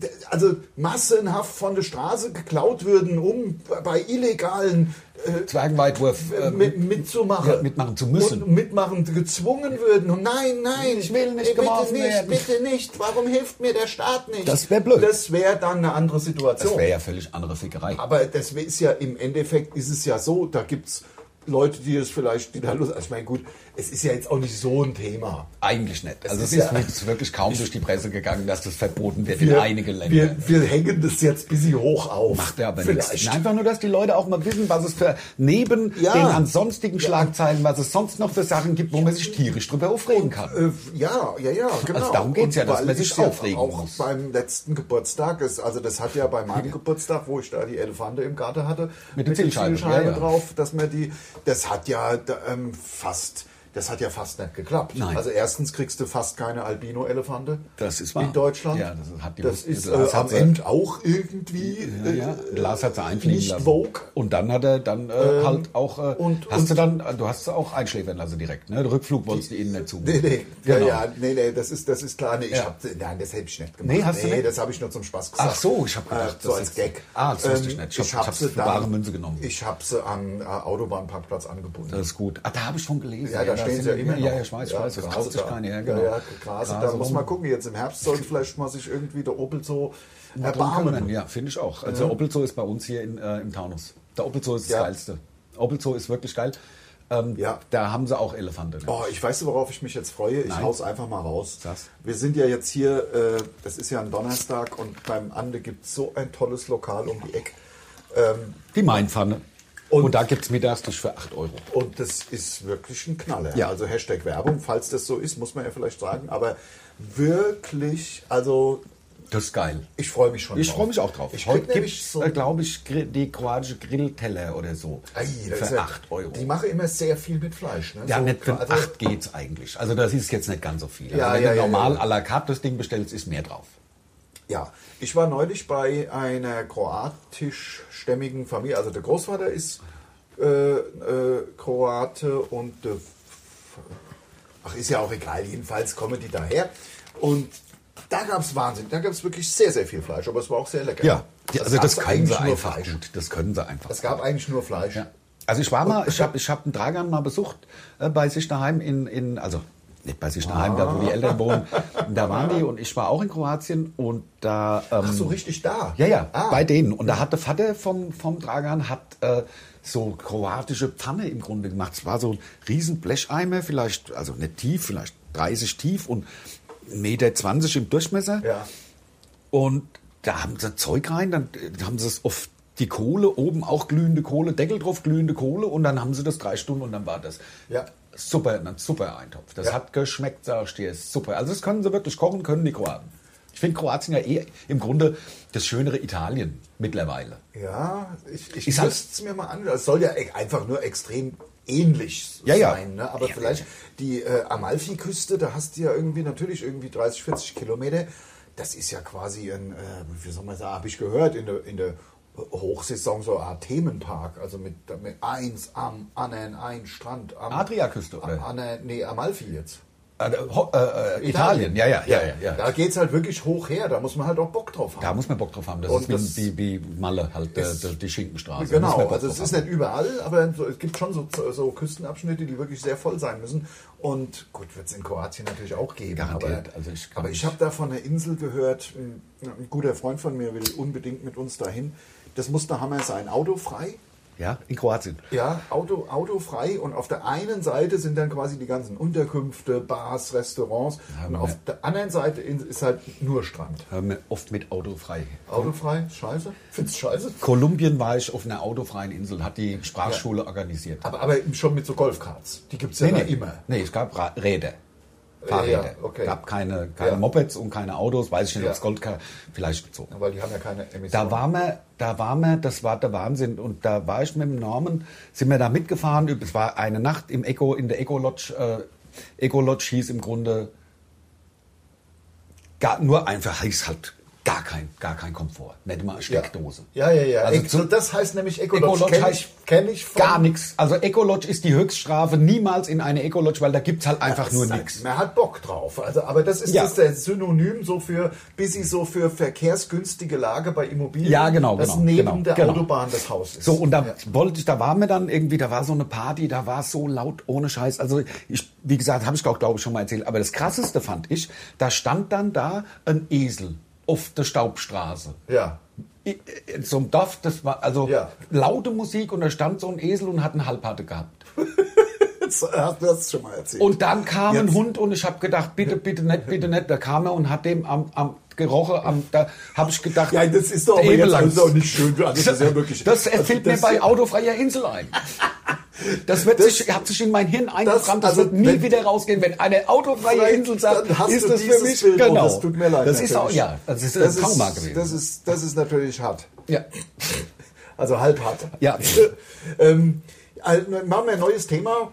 S1: d- also massenhaft von der Straße geklaut würden, um bei illegalen äh,
S3: Zwergenweitwurf. äh,
S1: mit, mitzumachen.
S3: ja, mitmachen zu müssen.
S1: Und mitmachen gezwungen würden. Und nein, nein.
S3: Ich will nicht
S1: äh, Bitte
S3: geworfen
S1: nicht,
S3: werden.
S1: bitte nicht. Warum hilft mir der Staat nicht?
S3: Das wär blöd.
S1: Das wäre dann eine andere
S3: das
S1: Situation.
S3: wäre ja völlig andere Fickerei.
S1: Aber das ist ja im Endeffekt ist es ja so, da gibt es Leute, die das vielleicht, die da los. Also ich meine, gut, es ist ja jetzt auch nicht so ein Thema.
S3: Eigentlich nicht. Also
S1: ist
S3: es ist
S1: ja-
S3: wirklich- wirklich kaum durch die Presse gegangen, dass das verboten wird in
S1: Wir,
S3: einigen Ländern.
S1: wir, wir hängen das jetzt ein bisschen hoch auf.
S3: Macht ja aber
S1: Vielleicht.
S3: nichts. Einfach nur, dass die Leute auch mal wissen, was es für neben
S1: Ja.
S3: den ansonsten Schlagzeilen, was es sonst noch für Sachen gibt, wo man sich tierisch drüber aufregen kann.
S1: Äh, ja, ja, ja, genau.
S3: Also darum geht's ja,
S1: Und
S3: dass
S1: weil
S3: man sich
S1: ich ja
S3: aufregen
S1: auch
S3: muss.
S1: beim letzten Geburtstag ist, also das hat ja bei meinem Geburtstag, wo ich da die Elefante im Garten hatte,
S3: Mit der Zielscheibe, ja, ja.
S1: drauf, dass man die, das hat ja da, ähm, fast, das hat ja fast nicht geklappt.
S3: Nein.
S1: Also erstens kriegst du fast keine Albino-Elefante.
S3: Das ist
S1: In
S3: wahr.
S1: Deutschland.
S3: Ja, das hat die-
S1: das ist äh,
S3: Lars hat
S1: am
S3: sie-
S1: Ende auch irgendwie äh,
S3: Ja, ja. Lars hat sie einfliegen
S1: nicht
S3: lassen.
S1: Vogue. Ähm,
S3: Und dann hat er dann äh, halt auch. Äh,
S1: und-
S3: hast
S1: und-
S3: du dann, äh, du hast sie auch einschläfern lassen direkt. Ne? Den Rückflug wolltest du ihnen nicht zumuten.
S1: Nee, nee,
S3: Genau.
S1: ja, ja, nee, nee, das ist, das ist klar. Nee, ich
S3: Ja.
S1: hab, nein, das hätte ich nicht gemacht.
S3: Nee, hast du nicht?
S1: das habe ich nur zum Spaß gesagt.
S3: Ach so, ich habe gedacht,
S1: äh, so
S3: das
S1: als
S3: ist-
S1: Gag.
S3: Ah, das wusste ich nicht. Ich hab- ich
S1: hab
S3: hab's
S1: sie
S3: für
S1: dann-
S3: bare Münze genommen.
S1: Ich habe sie an äh, Autobahnparkplatz angebunden.
S3: Das ist gut. Ah, da habe ich schon gelesen.
S1: ja, da stehen
S3: sind-
S1: sie ja immer noch.
S3: Ja, ja, ich weiß, ich weiß. Das
S1: Grase
S3: haut sich
S1: da.
S3: keine. Ja, genau.
S1: Ja, ja, Grase, da
S3: Grase
S1: muss
S3: rum.
S1: man gucken. Jetzt im Herbst soll vielleicht mal sich irgendwie der Opel so
S3: Dran kann
S1: erbarmen. Mhm.
S3: man, Ja, finde ich auch. Also Opelzo ist bei uns hier in, äh, im Taunus. Der Opel Zoo ist das
S1: Ja.
S3: Geilste. Opel Zoo ist wirklich geil. Ähm,
S1: Ja.
S3: Da haben sie auch Elefanten.
S1: Oh, ich weiß, worauf ich mich jetzt freue. Ich hau's einfach mal raus.
S3: Sag's.
S1: Wir sind ja jetzt hier, äh, das ist ja ein Donnerstag und beim Ande gibt es so ein tolles Lokal um die Ecke.
S3: Die Mainpfanne.
S1: Und-
S3: Und, da gibt es Mittagstisch für 8 Euro.
S1: Und das ist wirklich ein Knaller.
S3: Ja.
S1: Also Hashtag Werbung, falls das so ist, muss man ja vielleicht sagen. Aber wirklich, also
S3: Das ist geil.
S1: ich freue mich schon
S3: Ich
S1: drauf.
S3: freue mich auch drauf.
S1: Genau. Ich
S3: Heute
S1: krieg nämlich
S3: gibt's,
S1: so...
S3: äh, glaube ich, gri- die kroatische Grillteller oder so.
S1: Ei, das ist
S3: für
S1: ja-
S3: 8 Euro.
S1: Die machen immer sehr viel mit Fleisch. Ne?
S3: Ja,
S1: So
S3: nicht für
S1: quasi-
S3: 8 geht's eigentlich. Also das ist jetzt nicht ganz so viel. Also
S1: Ja,
S3: wenn
S1: ja,
S3: du
S1: ja,
S3: normal
S1: ja.
S3: à la carte das Ding bestellst, ist mehr drauf.
S1: Ja, ich war neulich bei einer kroatischstämmigen Familie. Also der Großvater ist äh, äh, Kroate und der F- ach ist ja auch egal. Jedenfalls kommen die daher und da gab es Wahnsinn. Da gab es wirklich sehr sehr viel Fleisch, aber es war auch sehr lecker.
S3: die-
S1: Es
S3: also
S1: gab
S3: das können
S1: eigentlich
S3: sie
S1: nur
S3: einfach
S1: Fleisch.
S3: gut. Das können sie einfach.
S1: Es gab eigentlich nur Fleisch.
S3: Ja. Also ich war mal, ich habe ich hab einen Dragan mal besucht äh, bei sich daheim in, in also nicht bei sich daheim, da
S1: Ah.
S3: wo die Eltern wohnen. Da waren die und ich war auch in Kroatien und da... Ähm,
S1: Ach so richtig da.
S3: Ja, ja,
S1: Ah,
S3: bei denen. Und da hat der Vater vom, vom Dragan hat äh, so kroatische Pfanne im Grunde gemacht. Es war so ein riesen Blecheimer, vielleicht, also nicht tief, vielleicht 30 tief und 1,20 Meter im Durchmesser.
S1: ja.
S3: Und da haben sie Zeug rein, dann äh, haben sie es auf die Kohle, oben auch glühende Kohle, Deckel drauf, glühende Kohle und dann haben sie das drei Stunden und dann war das.
S1: Ja.
S3: Super, ein super Eintopf. Das
S1: Ja.
S3: hat geschmeckt, sag ich dir, ist super. Also das können sie wirklich kochen, können die Kroaten. Ich finde Kroatien ja eh im Grunde das schönere Italien mittlerweile.
S1: Ja, ich, ich
S3: Ist
S1: müsste
S3: halt-
S1: es mir mal an. Es soll ja e- einfach nur extrem ähnlich
S3: Ja, ja.
S1: sein. Ne? Aber
S3: Ja,
S1: vielleicht
S3: ja.
S1: die äh, Amalfi-Küste, da hast du ja irgendwie natürlich irgendwie 30, 40 Kilometer. Das ist ja quasi ein, äh, wie soll man sagen, habe ich gehört, in der, in der Hochsaison so eine Art Themenpark. Also mit, mit eins am anderen, ein Strand. Am,
S3: Adriaküste, oder?
S1: Am anderen, nee, Amalfi jetzt.
S3: Äh, ho- äh, äh, Italien, ja, ja, ja, ja. ja.
S1: Da geht es halt wirklich hoch her. Da muss man halt auch Bock drauf haben.
S3: Da muss man Bock drauf haben. Das ist
S1: Und
S3: wie,
S1: das-
S3: wie, wie Malle, halt äh,
S1: ist-
S3: die- die Schinkenstraße. Da muss man
S1: Genau,
S3: Bock
S1: also
S3: drauf
S1: es ist
S3: haben.
S1: nicht überall, aber so, es gibt schon so, so Küstenabschnitte, die wirklich sehr voll sein müssen. Und gut, wird es in Kroatien natürlich auch geben.
S3: Garantiert,
S1: Aber,
S3: also ich kann
S1: aber
S3: nicht-
S1: ich habe da von einer Insel gehört, ein, ein guter Freund von mir will unbedingt mit uns dahin. Das muss der Hammer sein. Autofrei?
S3: Ja, in Kroatien.
S1: Ja, Auto, autofrei. Und auf der einen Seite sind dann quasi die ganzen Unterkünfte, Bars, Restaurants.
S3: Ja,
S1: und
S3: aber-
S1: auf der anderen Seite ist halt nur Strand.
S3: Hör mir oft mit Auto frei.
S1: Autofrei? Scheiße? Findest du scheiße?
S3: Kolumbien war ich auf einer autofreien Insel, hat die Sprachschule organisiert.
S1: Aber, aber schon mit so Golfkarts. Die gibt es ja da immer.
S3: Nee, es gab Ra- Räder.
S1: ja,
S3: Fahrräder.
S1: okay.
S3: gab keine, keine
S1: Ja.
S3: Mopeds und keine Autos, weiß ich nicht,
S1: Ja.
S3: ob es Goldcar, vielleicht so.
S1: Weil die haben ja keine Emissionen.
S3: Da waren wir, da waren wir, das war der Wahnsinn. Und da war ich mit dem Norman, sind wir da mitgefahren. Es war eine Nacht im Eco, in der Eco Lodge. Äh, Eco Lodge hieß im Grunde gar, nur einfach, hieß halt gar kein, gar kein Komfort. Nicht mal eine Steckdose.
S1: Ja, ja, ja.
S3: Also
S1: Eco-
S3: zu-
S1: das heißt nämlich Ecolodge.
S3: Ecolodge
S1: Kenn ich,
S3: heißt
S1: kenn ich von-
S3: gar nichts. Also Ecolodge ist die Höchststrafe. Niemals in eine Ecolodge, weil da gibt's halt einfach nur
S1: Sein-
S3: nichts.
S1: Man hat Bock drauf. Also, aber das ist
S3: Ja.
S1: das der Synonym so für busy so für verkehrsgünstige Lage bei Immobilien.
S3: Ja, genau,
S1: Das
S3: genau,
S1: neben
S3: genau,
S1: der
S3: genau.
S1: Autobahn das Haus ist.
S3: So, und da wollte ich, da waren wir dann irgendwie, da war so eine Party, da war es so laut, ohne Scheiß. Also, ich, wie gesagt, habe ich auch, glaube ich, schon mal erzählt. Aber das Krasseste fand ich, da stand dann da ein Esel auf der Staubstraße.
S1: ja.
S3: I- In so einem Dorf, das war, also,
S1: Ja.
S3: laute Musik und da stand so ein Esel und hat einen Halbharte gehabt.
S1: Jetzt hast du das schon mal erzählt.
S3: Und dann kam ein
S1: Jetzt.
S3: Hund und ich habe gedacht, bitte, bitte nicht, bitte nicht. Da kam er und hat dem am, am Geroche, am, da habe ich gedacht,
S1: ja, das ist doch aber
S3: der
S1: jetzt
S3: Ebelangs.
S1: alles auch nicht schön. Also, das ist ja wirklich.
S3: Das
S1: also,
S3: fällt
S1: das-
S3: mir bei autofreier Insel ein. Das, wird sich, hat sich in mein Hirn eingebrannt. Das,
S1: also
S3: wird nie
S1: wenn-
S3: wieder rausgehen. Wenn eine autofreie
S1: Nein,
S3: Insel sagt,
S1: dann hast
S3: ist
S1: du
S3: das
S1: dieses
S3: für mich
S1: Bild und
S3: genau.
S1: Das tut mir leid.
S3: Das ist auch
S1: natürlich.
S3: ja, das ist
S1: Das
S3: ein Trauma
S1: ist-
S3: gewesen.
S1: Das ist, das ist natürlich hart.
S3: ja.
S1: Also halb hart.
S3: Ja.
S1: ähm, also, machen wir ein neues Thema.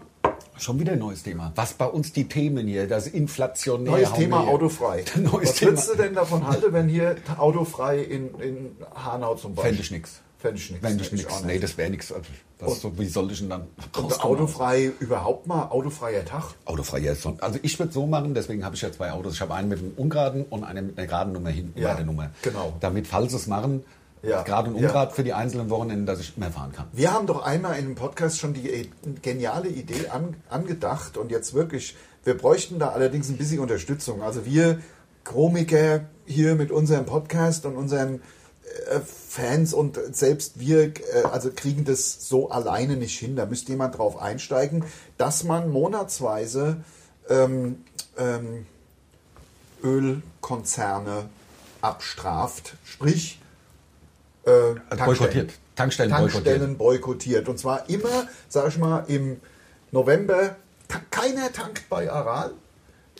S3: Schon wieder ein neues Thema. Was bei uns die Themen hier, das inflationäre
S1: Neues
S3: hauen
S1: Thema
S3: wir hier.
S1: autofrei.
S3: Neues
S1: Was
S3: Thema.
S1: würdest du denn davon halten, wenn hier autofrei in, in Hanau zum Beispiel?
S3: Fände ich nix.
S1: Fände ich nix.
S3: Wenn ich
S1: Fände ich
S3: nichts,
S1: auch
S3: nee,
S1: nicht.
S3: das wäre nichts. So, wie soll ich denn dann
S1: Und
S3: rauskommen?
S1: autofrei überhaupt mal, autofreier Tag.
S3: Autofreier ist so. Also ich würde so machen, deswegen habe ich ja zwei Autos. Ich habe einen mit einem ungeraden und einen mit einer geraden Nummer hinten
S1: Ja,
S3: bei der Nummer.
S1: genau.
S3: Damit, falls es machen,
S1: Ja,
S3: gerade und
S1: ja.
S3: ungerad für die einzelnen Wochenenden, dass ich mehr fahren kann.
S1: Wir haben doch einmal in einem Podcast schon die äh, geniale Idee an, angedacht und jetzt wirklich, wir bräuchten da allerdings ein bisschen Unterstützung. Also wir Komiker hier mit unserem Podcast und unserem äh, Fans und selbst wir äh, also kriegen das so alleine nicht hin. Da müsste jemand drauf einsteigen, dass man monatsweise ähm, ähm, Ölkonzerne abstraft, sprich äh, Tankstellen.
S3: Also Boykottiert. Tankstellen, boykottiert.
S1: Tankstellen boykottiert. Und zwar immer, sag ich mal, im November, ta- keiner tankt bei Aral.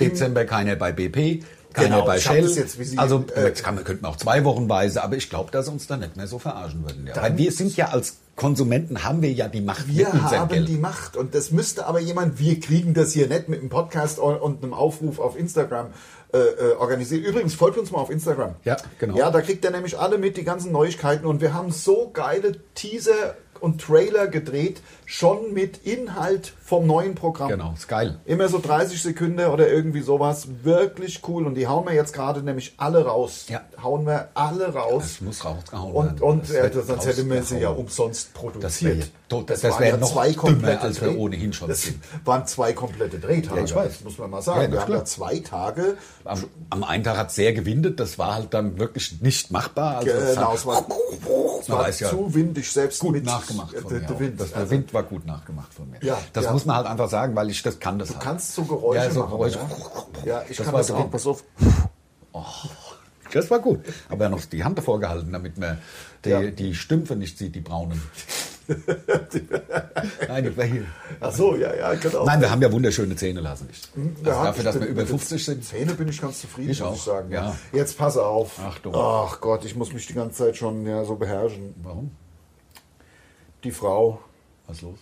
S3: Dezember keiner bei BP, keiner
S1: Genau,
S3: bei
S1: ich hab
S3: Shell.
S1: das jetzt, wie Sie-
S3: also
S1: äh,
S3: jetzt kann, man- könnten wir auch zwei Wochenweise, aber ich glaube, dass sie uns dann nicht mehr so verarschen würden. Ja. Weil wir sind ja als Konsumenten haben wir ja die Macht
S1: Wir
S3: mit unserem
S1: haben
S3: Geld.
S1: die Macht und das müsste aber jemand, wir kriegen das hier nicht mit einem Podcast und- und einem Aufruf auf Instagram äh, äh, organisiert. Übrigens, folgt uns mal auf Instagram.
S3: Ja, genau.
S1: Ja, da kriegt ihr nämlich alle mit, die ganzen Neuigkeiten und wir haben so geile Teaser und Trailer gedreht, schon mit Inhalt vom neuen Programm.
S3: Genau, ist geil.
S1: Immer so 30 Sekunden oder irgendwie sowas. Wirklich cool. Und die hauen wir jetzt gerade nämlich alle raus.
S3: Ja.
S1: Hauen wir alle raus.
S3: Das muss rausgehauen werden.
S1: Und, und
S3: Das
S1: äh,
S3: wird
S1: sonst hätten wir sie ja
S3: rausgehauen.
S1: umsonst
S3: Das wäre ja
S1: produziert.
S3: tot- das wäre
S1: waren
S3: noch dümmer, als wir
S1: Dreh-
S3: ohnehin schon
S1: Das
S3: sind.
S1: waren zwei komplette Drehtage.
S3: Ja, ich weiß.
S1: Das muss man mal
S3: Ja,
S1: sagen.
S3: das
S1: wir
S3: ist
S1: haben
S3: klar.
S1: da zwei Tage.
S3: Am, am einen Tag hat es sehr gewindet, das war halt dann wirklich nicht machbar. Also es
S1: Genau,
S3: hat
S1: es war, es
S3: Man
S1: war
S3: weiß ja,
S1: zu windig, selbst
S3: gut
S1: mit
S3: nachgemacht
S1: äh,
S3: von
S1: der,
S3: mir.
S1: der
S3: auch.
S1: Wind.
S3: Das, der
S1: Also,
S3: Wind war gut nachgemacht von mir.
S1: Ja,
S3: das
S1: ja.
S3: muss man halt einfach sagen, weil ich das kann das
S1: Du
S3: halt.
S1: kannst so Geräusche
S3: ja, so
S1: machen.
S3: Geräusche.
S1: Ja, ich
S3: Das
S1: kann
S3: war
S1: das
S3: so. Oh,
S1: auch. Pass auf.
S3: Das war gut. Aber er hat noch die Hand davor gehalten, damit man die,
S1: Ja.
S3: die Stümpfe nicht sieht, die braunen. Nein, das war hier.
S1: Ach so, ja, ja, genau.
S3: Nein, wir haben ja wunderschöne Zähne, lassen nicht. Also
S1: Hm, Ja,
S3: dafür,
S1: ich
S3: dass
S1: bin
S3: wir über
S1: mit den
S3: 50 sind.
S1: Zähne bin ich ganz zufrieden,
S3: Ich
S1: muss
S3: auch,
S1: ich sagen.
S3: ja.
S1: Jetzt passe auf.
S3: Achtung.
S1: Ach Gott, ich muss mich die ganze Zeit schon ja, so beherrschen.
S3: Warum?
S1: Die Frau.
S3: Was ist los?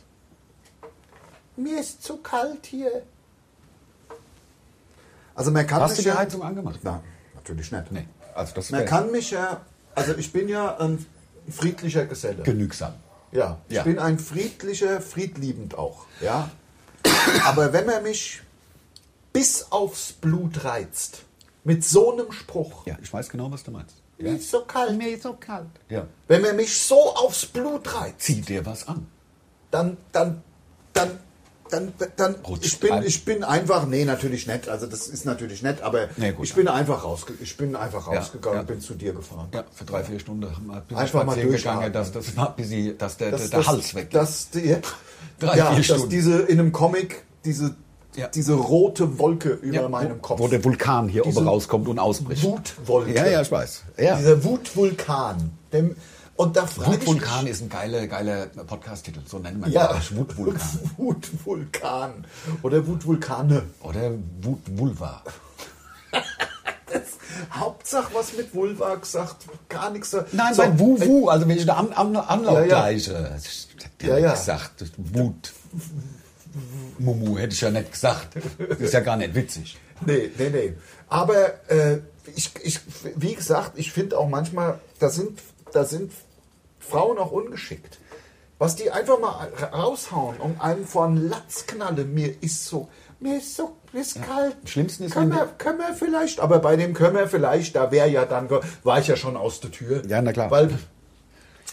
S1: Mir ist zu kalt hier. Also man kann
S3: Hast du
S1: mich
S3: die
S1: ja-
S3: Heizung angemacht?
S1: Nein, natürlich nicht.
S3: Nee. Also das
S1: Man
S3: wäre
S1: kann mich ja, also ich bin ja ein friedlicher Geselle.
S3: genügsam.
S1: Ja, ich
S3: Ja.
S1: bin ein friedlicher, friedliebend auch. Ja. Aber wenn man mich bis aufs Blut reizt, mit so einem Spruch,
S3: Ja, ich weiß genau, was du meinst.
S1: mir ist so kalt,
S3: ist so kalt. Ja.
S1: wenn man mich so aufs Blut reizt,
S3: Zieh dir was an.
S1: dann, dann, dann, dann, dann,
S3: Rutscht
S1: ich bin,
S3: ein.
S1: ich bin einfach, nee, natürlich nett, also das ist natürlich nett, aber
S3: Nee, gut.
S1: ich bin einfach rausge, ich bin einfach
S3: Ja,
S1: rausgegangen,
S3: ja.
S1: bin zu dir gefahren.
S3: Ja, für drei, vier Stunden haben wir ein bisschen
S1: Einfach mal
S3: spazieren
S1: durchatmen.
S3: gegangen, dass, das mal ein bisschen, dass der,
S1: Dass-
S3: der
S1: dass-
S3: Hals weg
S1: Dass die,
S3: Drei,
S1: ja,
S3: vier
S1: dass
S3: Stunden.
S1: diese in einem Comic diese,
S3: Ja.
S1: diese rote Wolke über
S3: Ja,
S1: meinem
S3: wo-
S1: Kopf.
S3: Wo der Vulkan hier
S1: Diese
S3: oben rauskommt und ausbricht.
S1: Wutwolke.
S3: Ja, ja, ich weiß. Ja.
S1: Dieser Wutvulkan. Dem, und da frage ich
S3: Wutvulkan ist ein geiler, geiler Podcast-Titel, so nennen wir
S1: mich,
S3: ihn.
S1: ja,
S3: Wutvulkan.
S1: Wutvulkan. Oder Wutvulkane.
S3: Oder Wutvulva.
S1: Hauptsache was mit Vulva gesagt, gar nichts. da-
S3: Nein,
S1: So,
S3: bei Wu-Wu, also wenn ich da an, an, Anlauf
S1: Ja, ja.
S3: gleiche. Das hätte ich
S1: Ja, ja.
S3: nicht gesagt. Das Wut. Mumu hätte ich ja nicht gesagt. Das ist ja gar nicht witzig.
S1: Nee, nee, nee. Aber äh, ich, ich, wie gesagt, ich finde auch manchmal, da sind, da sind Frauen auch ungeschickt. Was die einfach mal ra- raushauen und einem von Latzknalle, mir ist so, mir ist so, mir ist kalt.
S3: Am schlimmsten ist,
S1: können
S3: wenn
S1: wir, können wir vielleicht, aber bei dem können wir vielleicht, da wäre ja dann, ge- war ich ja schon aus der Tür.
S3: Ja, na klar.
S1: Weil,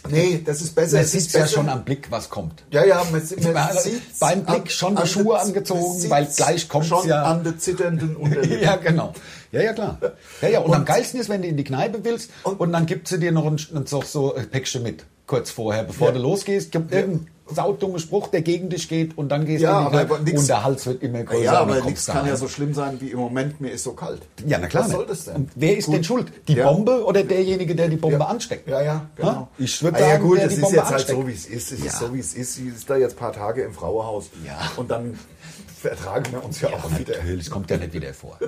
S1: nee, das ist besser.
S3: Man
S1: es ist
S3: sieht ja
S1: besser.
S3: schon am Blick, was kommt.
S1: Ja, ja, man, sieht- man
S3: meine,
S1: sieht's
S3: beim
S1: an-
S3: Blick schon die
S1: an
S3: Schuhe
S1: der-
S3: angezogen,
S1: man
S3: weil
S1: sieht's
S3: gleich kommt's
S1: schon
S3: ja.
S1: an der zitternden Unterlippe.
S3: Ja, genau. Ja, ja, klar. Ja, ja, und, am geilsten ist, wenn du in die Kneipe willst und, dann gibt sie dir noch ein, ein, so, so ein Päckchen mit, kurz vorher, bevor
S1: Ja.
S3: du losgehst. Gibt irgendeinen saudummen Spruch, der gegen dich geht und dann gehst
S1: Ja,
S3: du in die
S1: aber
S3: Kneipe
S1: nix-
S3: und der Hals wird immer größer.
S1: Ja,
S3: und dann
S1: aber nichts
S3: kommst du
S1: kann ja
S3: heim.
S1: so schlimm sein wie im Moment, mir ist so kalt.
S3: Ja, na klar.
S1: Was
S3: nicht.
S1: soll das denn?
S3: Und wer ist
S1: Gut.
S3: denn schuld? Die
S1: Ja.
S3: Bombe oder derjenige, der die Bombe
S1: Ja.
S3: ansteckt?
S1: Ja, ja,
S3: Ha?
S1: genau.
S3: Ich würde
S1: Ah,
S3: sagen,
S1: ja, gut,
S3: der
S1: es
S3: die
S1: ist
S3: Bombe
S1: jetzt halt
S3: ansteckt.
S1: so, wie es ist. Es
S3: Ja.
S1: ist so, wie es ist. Sie ist da jetzt ein paar Tage im Frauenhaus.
S3: Ja.
S1: Und dann vertragen wir uns ja,
S3: Ja,
S1: auch wieder.
S3: natürlich, kommt ja nicht wieder vor.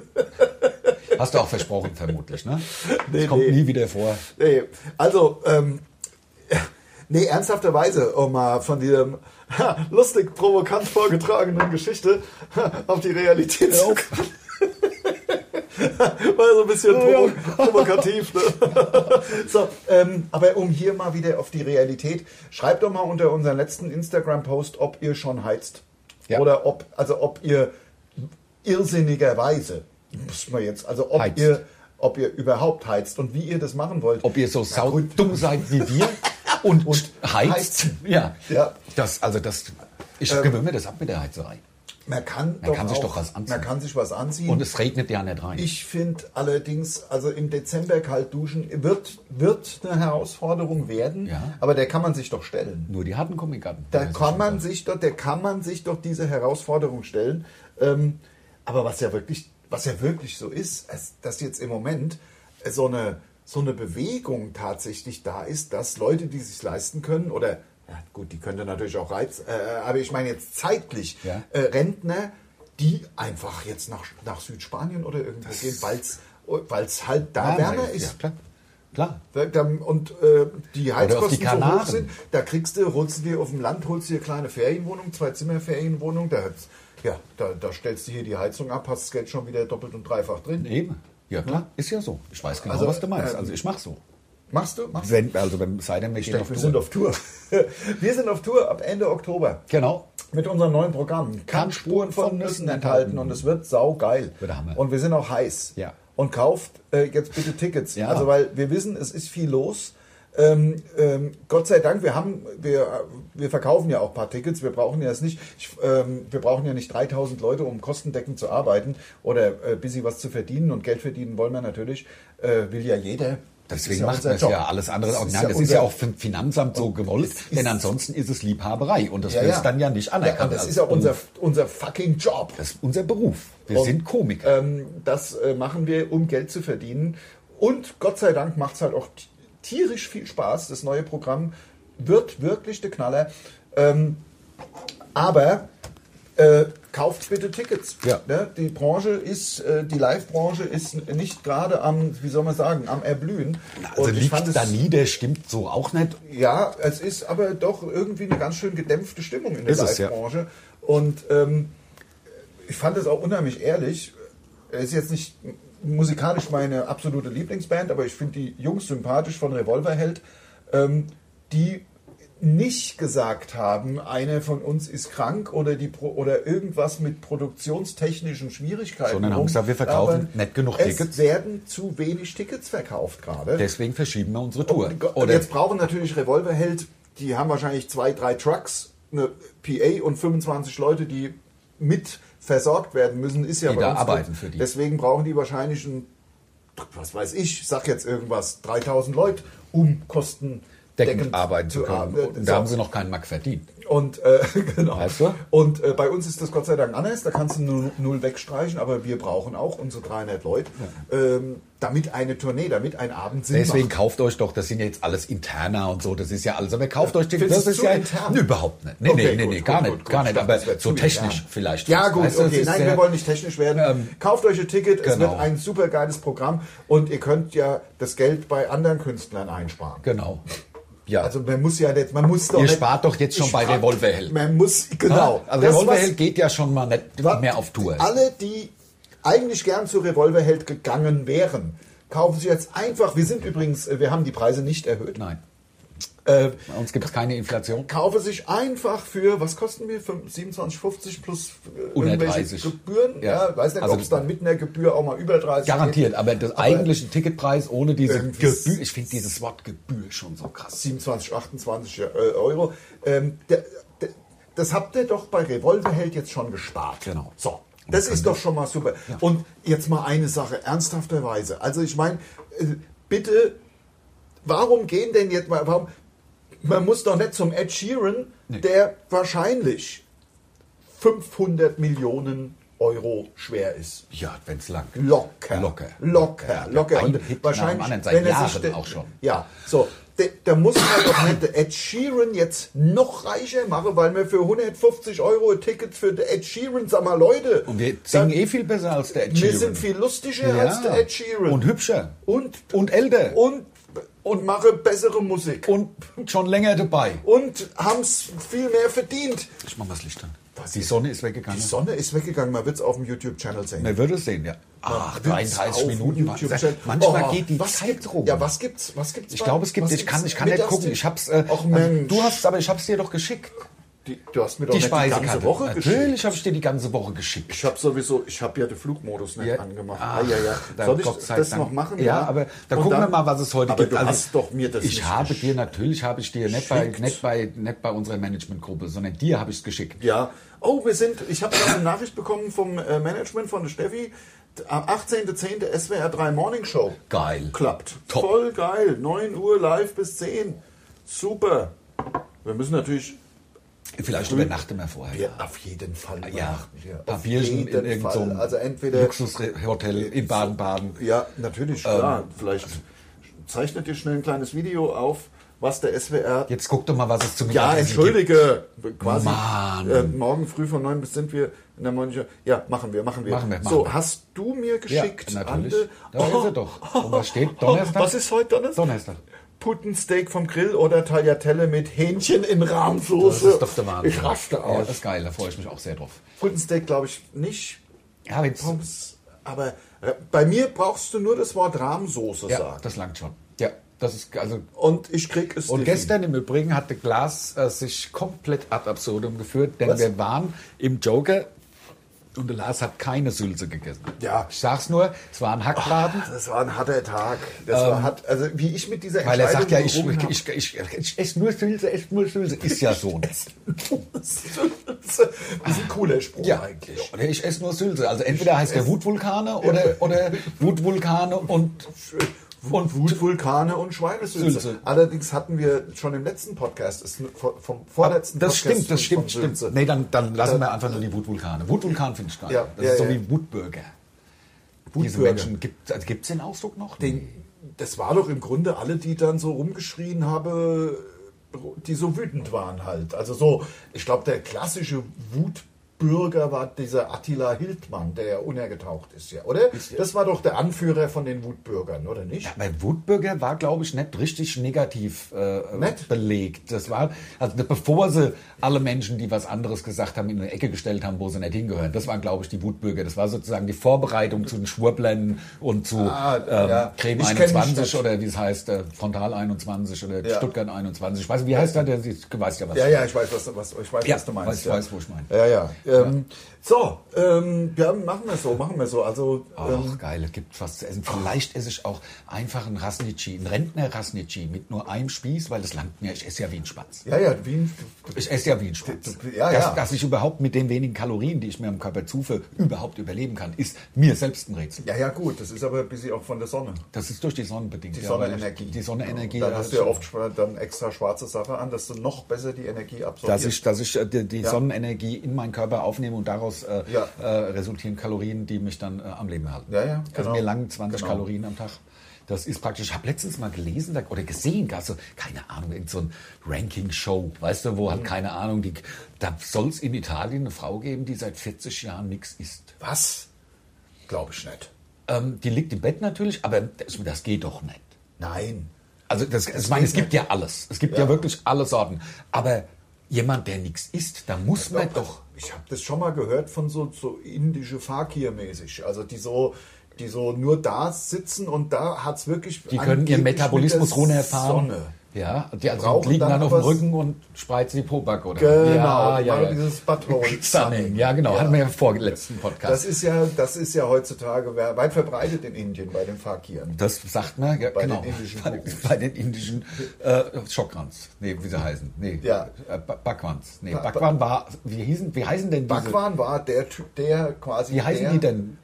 S3: Hast du auch versprochen, vermutlich, ne?
S1: Nee,
S3: es kommt
S1: nee.
S3: nie wieder vor.
S1: Nee, also, ähm, nee, ernsthafterweise, um mal von diesem ha, lustig, provokant vorgetragenen Geschichte ha, auf die Realität zu kommen. War so ein bisschen provo provokativ. Ne? so, ähm, aber um hier mal wieder auf die Realität, schreibt doch mal unter unseren letzten Instagram-Post, ob ihr schon heizt.
S3: Ja.
S1: Oder ob, also ob ihr irrsinnigerweise, muss man jetzt, also ob
S3: Heizt.
S1: ihr ob ihr überhaupt heizt und wie ihr das machen wollt.
S3: ob ihr so saudumm seid wie wir und,
S1: Und
S3: heizt.
S1: heizen.
S3: Ja.
S1: Ja. Ähm,
S3: Das, also das, ich gewöhne mir das ab mit der Heizerei.
S1: Man kann,
S3: Man
S1: doch
S3: kann
S1: auch,
S3: sich doch was anziehen.
S1: Man kann sich was anziehen.
S3: Und es regnet ja nicht rein.
S1: Ich finde allerdings, also im Dezember kalt duschen wird, wird eine Herausforderung werden,
S3: Ja.
S1: aber der kann man sich doch stellen.
S3: Nur die harten Komikgarten.
S1: Da kann man sich doch, der kann man sich doch diese Herausforderung stellen. Ähm, aber was ja wirklich, was ja wirklich so ist, es- dass jetzt im Moment äh, so eine, so eine Bewegung tatsächlich da ist, dass Leute, die sich leisten können oder ja, gut, die können dann natürlich auch Reiz, äh, aber ich meine jetzt zeitlich
S3: Ja.
S1: äh, Rentner, die einfach jetzt nach, nach Südspanien oder irgendwo gehen, weil es halt da wärmer ist.
S3: Ja, klar. klar.
S1: Da, da, und äh, die
S3: auf die
S1: Heizkosten so hoch
S3: Kanaren.
S1: sind, da kriegst du, holst du dir auf dem Land, holst dir eine kleine Ferienwohnung, zwei Zimmer Ferienwohnung, da, hat's- ja, da, da stellst du hier die Heizung ab, hast das Geld schon wieder doppelt und dreifach drin.
S3: Eben. Ja, klar. Ist ja so. Ich weiß genau,
S1: Also,
S3: was du meinst.
S1: ähm,
S3: Also ich mache so.
S1: Machst du? Machst du?
S3: Wenn, also wenn, sei denn, wir
S1: Ich
S3: gehen
S1: denke,
S3: auf
S1: wir
S3: Tour.
S1: sind auf Tour. wir sind auf Tour ab Ende Oktober
S3: Genau.
S1: mit unserem neuen Programm. Kann Spuren von Nüssen enthalten und es wird saugeil.
S3: Wird der Hammer.
S1: Und wir sind auch heiß.
S3: Ja.
S1: Und kauft äh, jetzt bitte Tickets.
S3: Ja.
S1: Also weil wir wissen, es ist viel los. Ähm, ähm, Gott sei Dank, wir haben, wir, wir verkaufen ja auch ein paar Tickets. Wir brauchen ja es nicht, ich, ähm, wir brauchen ja nicht 3000 Leute, um kostendeckend zu arbeiten oder äh, bisschen was zu verdienen. Und Geld verdienen wollen wir natürlich, äh, will ja jeder. Das ist
S3: Deswegen
S1: ja
S3: macht
S1: unser
S3: man es
S1: Job.
S3: ja alles andere. auch. Nein, das ist
S1: unser-
S3: ja auch vom Finanzamt so gewollt,
S1: ist-
S3: denn ansonsten ist es Liebhaberei und das wird dann ja nicht anerkannt.
S1: Ja, und das
S3: als
S1: ist ja unser,
S3: Beruf.
S1: unser fucking Job.
S3: das ist unser Beruf. Wir
S1: Und,
S3: sind Komiker.
S1: Ähm, das äh, machen wir, um Geld zu verdienen. Und Gott sei Dank macht es halt auch t- tierisch viel Spaß. Das neue Programm wird wirklich der Knaller. Ähm, aber äh, kauft bitte Tickets.
S3: Ja.
S1: Ne? Die Branche ist, äh, die Live-Branche ist nicht gerade am, wie soll man sagen, am Erblühen.
S3: also
S1: Und ich fand es-
S3: liegt da nieder, stimmt so auch nicht.
S1: ja, es ist aber doch irgendwie eine ganz schön gedämpfte Stimmung in der
S3: Ist es, ja.
S1: Live-Branche. Und ähm, ich fand es auch unheimlich ehrlich. Es ist jetzt nicht musikalisch meine absolute Lieblingsband, aber ich finde die Jungs sympathisch von Revolverheld, ähm, die nicht gesagt haben, einer von uns ist krank oder die Pro oder irgendwas mit produktionstechnischen Schwierigkeiten.
S3: Sondern haben gesagt, wir verkaufen
S1: aber
S3: nicht genug
S1: es
S3: Tickets.
S1: werden zu wenig Tickets verkauft gerade.
S3: Deswegen verschieben wir unsere Tour.
S1: Und
S3: Oder
S1: Oh jetzt brauchen natürlich Revolverheld, die haben wahrscheinlich zwei, drei Trucks, eine PA und 25 Leute, die mit versorgt werden müssen, ist ja
S3: Die
S1: bei
S3: da
S1: uns
S3: arbeiten
S1: gut.
S3: für die.
S1: Deswegen brauchen die wahrscheinlich ein, was weiß ich, sag jetzt irgendwas, 3000 Leute, um kostendeckend
S3: deckend arbeiten zu können.
S1: arbeiten.
S3: Und
S1: Äh, So.
S3: da haben sie noch keinen Mark verdient.
S1: Und äh, genau.
S3: Weißt du?
S1: Und äh, bei uns ist das Gott sei Dank anders. Da kannst du null, null wegstreichen, aber wir brauchen auch unsere 300 Leute, ähm, damit eine Tournee, damit ein Abend Sinn
S3: Deswegen
S1: macht.
S3: kauft euch doch, das sind jetzt alles Interna und so, das ist ja alles, aber kauft euch den,
S1: Findest
S3: das
S1: du
S3: ist
S1: zu
S3: ja
S1: intern?
S3: Nee, überhaupt nicht. Nee,
S1: Okay,
S3: nee, nee,
S1: gut,
S3: nee,
S1: gut,
S3: gar
S1: gut,
S3: nicht,
S1: gut.
S3: gar
S1: Ich
S3: nicht,
S1: dachte,
S3: aber
S1: das wär
S3: so
S1: zu
S3: technisch
S1: intern.
S3: vielleicht.
S1: Ja, gut,
S3: Weißt du, das
S1: okay.
S3: ist
S1: Nein,
S3: sehr- Ähm,
S1: wir wollen nicht technisch werden. Kauft euch ein Ticket, es
S3: Genau.
S1: wird ein super geiles Programm und ihr könnt ja das Geld bei anderen Künstlern einsparen.
S3: Genau. Ja.
S1: Also man muss ja jetzt, man muss doch.
S3: Ihr
S1: nicht-
S3: spart doch jetzt schon
S1: Ich
S3: bei
S1: frag-
S3: Revolverheld.
S1: Man muss, genau.
S3: Also
S1: Das,
S3: Revolverheld geht ja schon mal nicht
S1: was-
S3: mehr auf Tour.
S1: Alle, die eigentlich gern zu Revolverheld gegangen wären, kaufen sich jetzt einfach. Wir sind übrigens, äh, wir haben die Preise nicht erhöht.
S3: Nein,
S1: Äh,
S3: bei uns gibt es keine Inflation.
S1: kaufe sich einfach für, was kosten wir? 27,50 plus äh, irgendwelche
S3: 130.
S1: Gebühren. Ja.
S3: Ja.
S1: weiß nicht,
S3: Also-
S1: ob es dann mit einer Gebühr auch mal über 30
S3: Garantiert, aber das eigentliche Ticketpreis ohne diese
S1: Irgendwie-
S3: Gebühr, ich finde dieses Wort Gebühr schon so krass.
S1: 27, 28 äh, Euro. Ähm, der, der, das habt ihr doch bei Revolverheld jetzt schon gespart.
S3: Genau.
S1: So. Das ist doch schon mal super. Und jetzt mal eine Sache, ernsthafterweise. Also ich meine, äh, bitte, warum gehen denn jetzt mal, warum, man muss doch nicht zum Ed Sheeran,
S3: Nee.
S1: der wahrscheinlich 500 Millionen Euro schwer ist.
S3: Ja, wenn's lang.
S1: Locker.
S3: Locker.
S1: Locker. Locker.
S3: Ein
S1: Und
S3: Hit nach dem
S1: wahrscheinlich,
S3: anderen genau, seit
S1: wenn er
S3: Jahren
S1: sich, de-
S3: auch schon.
S1: Ja, so. de- Da muss man doch nicht den Ed Sheeran jetzt noch reicher machen, weil wir für 150 Euro ein Ticket für den Ed Sheeran, sag mal, Leute.
S3: Und wir singen
S1: dann-
S3: eh viel besser als der Ed
S1: Wir
S3: Sheeran.
S1: sind viel lustiger als der Ed Sheeran. Oh.
S3: Und hübscher.
S1: Und,
S3: Und älter.
S1: und, und mache bessere Musik.
S3: Und schon länger dabei.
S1: Und haben's viel mehr verdient.
S3: Ich mach mal das Licht an.
S1: Was?
S3: Die Sonne ist
S1: Die
S3: weggegangen.
S1: Sonne ist weggegangen, man wird's auf dem YouTube-Channel sehen.
S3: Man würde es sehen, ja. Ach,
S1: Man wird's
S3: 33
S1: auf
S3: Minuten.
S1: dem
S3: Wahnsinn.
S1: YouTube-Channel.
S3: Manchmal
S1: Oh,
S3: geht die
S1: was
S3: Zeit
S1: gibt-
S3: rum.
S1: Ja, was gibt's? Was gibt's?
S3: Ich glaube, es gibt.
S1: was
S3: Ich kann,
S1: gibt's?
S3: ich kann nicht
S1: Mittags-
S3: gucken. Ich hab's. Äh,
S1: Och,
S3: also,
S1: Mensch.
S3: du hast es, aber ich hab's dir doch geschickt.
S1: Die, du hast mir doch
S3: die
S1: nicht die
S3: Speisekarte.
S1: ganze Woche
S3: Natürlich
S1: geschickt.
S3: habe ich dir die ganze Woche geschickt.
S1: Ich habe sowieso, ich habe ja den Flugmodus nicht
S3: Ja.
S1: angemacht.
S3: Ach,
S1: ah, ja, ja.
S3: dann
S1: Soll ich
S3: Gott sei
S1: das
S3: Dank.
S1: noch machen?
S3: Ja, aber dann
S1: Und
S3: gucken wir mal, was es heute
S1: aber
S3: gibt.
S1: Du
S3: Also,
S1: hast doch mir das
S3: ich
S1: nicht
S3: habe
S1: geschickt.
S3: dir natürlich, habe ich dir nicht bei,
S1: geschickt.
S3: nicht, bei, nicht bei unserer Managementgruppe, sondern dir habe ich es geschickt.
S1: Ja. Oh, wir sind, ich habe gerade eine Nachricht bekommen vom äh, Management von der Steffi. Am 18.10. SWR 3 Morning Show.
S3: Geil.
S1: Klappt.
S3: Top.
S1: Voll geil. 9 Uhr live bis 10. Super. Wir müssen natürlich
S3: Vielleicht übernachten wir vorher.
S1: ja, auf jeden Fall
S3: Ja,
S1: übernachten. Ja,
S3: paar
S1: auf
S3: Bierchen in
S1: jeden
S3: irgendeinem
S1: Fall. Also entweder
S3: Luxushotel in Baden-Baden.
S1: Ja, natürlich,
S3: Ähm,
S1: klar. Vielleicht zeichnet ihr schnell ein kleines Video auf, was der SWR.
S3: Jetzt guck doch mal, was es zu mir
S1: Ja, entschuldige. Quasi.
S3: Mann.
S1: Äh, morgen früh von 9 bis sind wir in der Morning Ja, machen wir, machen wir.
S3: Machen wir, machen
S1: so,
S3: wir.
S1: hast du mir geschickt,
S3: Ja, natürlich.
S1: Ande? Oh,
S3: Da ist er doch. Und was steht? Donnerstag?
S1: Was ist heute Donnerstag?
S3: Donnerstag.
S1: Puttensteak vom Grill oder Tagliatelle mit Hähnchen in Rahmsoße.
S3: Das ist doch der Wahnsinn.
S1: Ich raste
S3: Ja,
S1: aus.
S3: das ist geil, da freue ich mich auch sehr drauf.
S1: Puttensteak glaube ich nicht.
S3: Ja, aber jetzt,
S1: Pommes. Aber äh, bei mir brauchst du nur das Wort Rahmsoße
S3: ja
S1: sagen.
S3: das langt schon. Ja, das ist, also
S1: Und ich krieg es
S3: Und
S1: definitiv.
S3: gestern im Übrigen hatte Glas äh, sich komplett ad absurdum geführt, denn
S1: Was?
S3: wir waren im Joker und der Lars hat keine Sülze gegessen.
S1: Ja.
S3: Ich sag's nur, es war ein Hackladen,
S1: Ah, Das war ein harter Tag. Das war hart. Also wie ich mit dieser
S3: Ähm, weil er sagt ja, ich,
S1: gerungen
S3: ich,
S1: habe.
S3: ich, ich, genau? ich esse nur Sülze, esse nur Sülze. Ist ja so.
S1: das ist ein cooler Spruch
S3: ja,
S1: eigentlich.
S3: oder ich esse nur Sülze. Also entweder heißt der Wutvulkane oder, oder Wutvulkane und,
S1: Und
S3: und
S1: Wut, Vulkane und Schweinesülze.
S3: Sülze.
S1: Allerdings hatten wir schon im letzten Podcast, ist vom, vom vorletzten
S3: Das
S1: Podcast
S3: stimmt, das
S1: von-
S3: stimmt,
S1: von
S3: stimmt.
S1: Sülze.
S3: Nee, dann, dann lassen wir einfach nur die Wutvulkane. Wutvulkan finde ich geil.
S1: Ja,
S3: das
S1: ja,
S3: ist so
S1: ja.
S3: wie Wutbürger. Diese
S1: Wutbürger.
S3: Menschen, gibt es den Ausdruck noch?
S1: Den, das war doch im Grunde alle, die dann so rumgeschrien haben, die so wütend waren halt. Also so, ich glaube, der klassische Wutbürger war dieser Attila Hildmann, der ja unergetaucht ist, ja, oder? Das war doch der Anführer von den Wutbürgern, oder nicht?
S3: Bei Wutbürger war, glaube ich, nicht richtig negativ äh,
S1: Nett?
S3: belegt. Das war, also bevor sie alle Menschen, die was anderes gesagt haben, in eine Ecke gestellt haben, wo sie nicht hingehören. Das waren, glaube ich, die Wutbürger. Das war sozusagen die Vorbereitung zu den Schwurblern und zu
S1: Ah,
S3: ähm,
S1: ja.
S3: Creme
S1: Ich kenn mich
S3: 21
S1: nicht.
S3: oder wie es heißt, äh, Frontal 21 oder
S1: Ja.
S3: Stuttgart 21. Ich weiß, wie heißt der? der ich weiß ja, was
S1: Ja, ja, ich weiß, was, was, ich weiß,
S3: Ja,
S1: was du meinst.
S3: weiß- ich
S1: ja.
S3: weiß, wo ich meine.
S1: Ja, ja. Ähm, So, ähm, ja, machen wir so, machen wir so. Also,
S3: Ach,
S1: ähm,
S3: geil, es gibt was zu essen. Vielleicht esse ich auch einfach einen Rasnici, einen Rentner-Rasnici mit nur einem Spieß, weil das langt mir. Ich esse ja wie ein Spatz.
S1: ja, ja, wie ein,
S3: Ich esse ja wie ein Spatz.
S1: Du- ja,
S3: dass,
S1: ja.
S3: dass ich überhaupt mit den wenigen Kalorien, die ich mir im Körper zuführe, überhaupt überleben kann, ist mir selbst ein Rätsel.
S1: ja, ja, gut, das ist aber ein bisschen auch von der Sonne.
S3: Das ist durch die Sonne bedingt.
S1: Die
S3: ja, weil ich-
S1: Sonnenenergie.
S3: Die Sonnenenergie.
S1: Dann
S3: ja,
S1: hast du ja oft schwa- dann extra schwarze Sache an, dass du noch besser die Energie absorbierst.
S3: Dass ich, dass ich äh, die, die Sonnenenergie in meinen Körper aufnehme und daraus äh,
S1: Ja.
S3: äh, resultieren Kalorien, die mich dann äh, am Leben halten.
S1: Ja, ja,
S3: Also
S1: genau.
S3: mir langen 20
S1: Genau.
S3: Kalorien am Tag. Das ist praktisch, ich habe letztens mal gelesen da- oder gesehen, gab so, keine Ahnung, irgend so ein Ranking-Show, weißt du, wo halt, keine Ahnung, die, da soll es in Italien eine Frau geben, die seit 40 Jahren nichts isst.
S1: Was? Glaube ich nicht.
S3: Ähm, die liegt im Bett natürlich, aber das, das geht doch nicht.
S1: Nein.
S3: Also das, ich meine, es gibt ja alles. Es gibt ja,
S1: Ja.
S3: wirklich alle Sorten. Aber jemand, der nichts isst, da muss man doch.
S1: Ich habe das schon mal gehört von so, so indische Fakir mäßig. Also die so, die so nur da sitzen und da hat es wirklich.
S3: Die können
S1: angeblich
S3: ihren
S1: mit
S3: Metabolismus
S1: der
S3: runterfahren.
S1: Sonne.
S3: Ja, die also
S1: Brauchen
S3: liegen dann,
S1: dann
S3: auf dem
S1: aber-
S3: Rücken und spreizen die Pobacke, oder?
S1: Genau,
S3: ja, ja,
S1: machen
S3: ja.
S1: dieses Butthole.
S3: Stunning, ja genau, hatten wir ja im vorletzten Podcast.
S1: Das ist ja, das ist ja heutzutage weit verbreitet in Indien bei den Fakiren.
S3: Das sagt man, ja,
S1: Bei den
S3: genau.
S1: indischen
S3: bei,
S1: Gurus.
S3: bei den indischen äh, Schockrans. Nee, wie sie heißen. Nee,
S1: Ja.
S3: äh, Ba- Bakwans. Nee,
S1: Ba- ba-
S3: Bakwan war, wie, hießen, wie heißen denn diese?
S1: Bhagwan war der Typ, der quasi.
S3: Wie heißen
S1: der,
S3: die denn?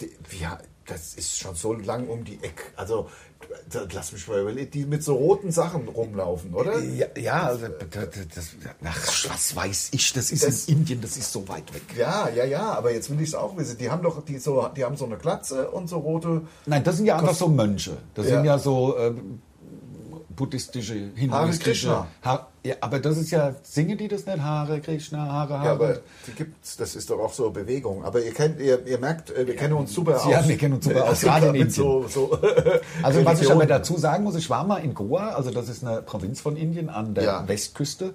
S1: Die, ja, das ist schon so lang um die Ecke. Also, da- lass mich mal überlegen, die mit so roten Sachen rumlaufen, oder?
S3: Ja, ja also, das, das, ach, was weiß ich, das ist
S1: Das-
S3: in Indien, das ist so weit weg.
S1: Ja, ja, ja, aber jetzt will ich es auch wissen. Die haben doch die so, die haben so eine Glatze und so rote
S3: Nein, das sind ja einfach so Mönche. Das
S1: Ja.
S3: sind ja so ähm, buddhistische, hinduistische.
S1: Krishna.
S3: Ha ja, aber das ist ja, singen die das nicht? Hare Krishna, Haare, Haare.
S1: Ja, aber die gibt's, das ist doch auch so Bewegung. Aber ihr kennt, ihr, ihr merkt, äh, wir kennen uns super aus.
S3: Ja, wir kennen uns super
S1: Äh,
S3: aus,
S1: also
S3: gerade in
S1: mit
S3: Indien.
S1: so, so
S3: Also was ich
S1: Religion.
S3: aber dazu sagen muss, ich war mal in Goa, also das ist eine Provinz von Indien an der
S1: Ja.
S3: Westküste.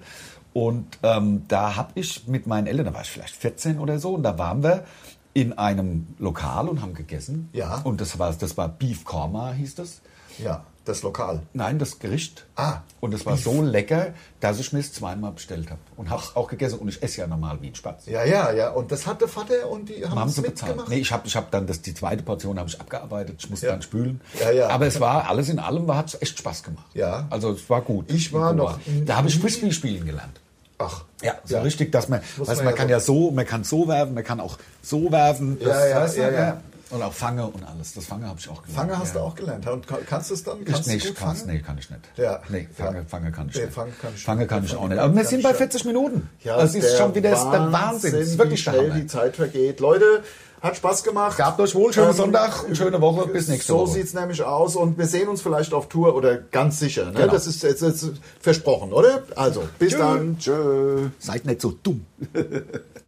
S3: Und ähm, da habe ich mit meinen Eltern, da war ich vielleicht 14 oder so, und da waren wir in einem Lokal und haben gegessen.
S1: Ja.
S3: Und das war, das war Beef Korma, hieß das.
S1: Ja, das Lokal.
S3: Nein, das Gericht.
S1: Ah,
S3: Und es war so lecker, dass ich mir es zweimal bestellt habe. Und habe es auch gegessen. Und ich esse ja normal wie ein Spatz.
S1: Ja, ja, ja. Und das hatte Vater und die haben,
S3: Haben
S1: es
S3: sie bezahlt?
S1: mitgemacht.
S3: Nee, ich habe ich hab dann das, die zweite Portion habe ich abgearbeitet. Ich musste
S1: Ja.
S3: dann spülen.
S1: Ja, ja.
S3: Aber es war alles in allem, war, hat es echt Spaß gemacht.
S1: Ja.
S3: Also es war gut.
S1: Ich war
S3: In Goa.
S1: noch-
S3: Da habe ich Frisbee spielen gelernt.
S1: Ach,
S3: Ja, so richtig, dass man,
S1: Muss
S3: weißt,
S1: man
S3: man,
S1: ja
S3: kann
S1: so-
S3: ja so, man kann so werfen, man kann auch so werfen.
S1: Ja, ja,
S3: weißt du,
S1: ja, ja.
S3: Und auch Fange und alles. Das Fange habe ich auch gelernt.
S1: Fange hast
S3: ja.
S1: du auch gelernt. Und ka- kannst du es dann?
S3: Ich,
S1: Kannst
S3: nee,
S1: du
S3: ich
S1: gut
S3: kann's,
S1: fangen?
S3: nee, kann ich nicht.
S1: Ja,
S3: nee, Fange,
S1: ja.
S3: Fange kann ich
S1: Nee,
S3: nicht.
S1: Fange kann ich
S3: Fange
S1: nicht.
S3: kann ich
S1: Fange
S3: auch nicht.
S1: kann
S3: Aber wir
S1: ich
S3: sind bei
S1: nicht.
S3: 40 Minuten.
S1: Ja,
S3: das Also ist
S1: der
S3: schon wieder ist der Wahnsinn. Das ist wirklich
S1: wie
S3: der
S1: schnell
S3: Hammer.
S1: die Zeit vergeht. Leute, hat Spaß gemacht. Ähm,
S3: Gehabt euch wohl, schönen Sonntag und schöne Woche. Bis nächste
S1: so
S3: Woche.
S1: So sieht's nämlich aus und wir sehen uns vielleicht auf Tour oder ganz sicher. Ne?
S3: Genau.
S1: Das ist jetzt, jetzt versprochen, oder? Also, bis
S3: Tschö.
S1: dann. Tschö.
S3: Seid nicht so dumm.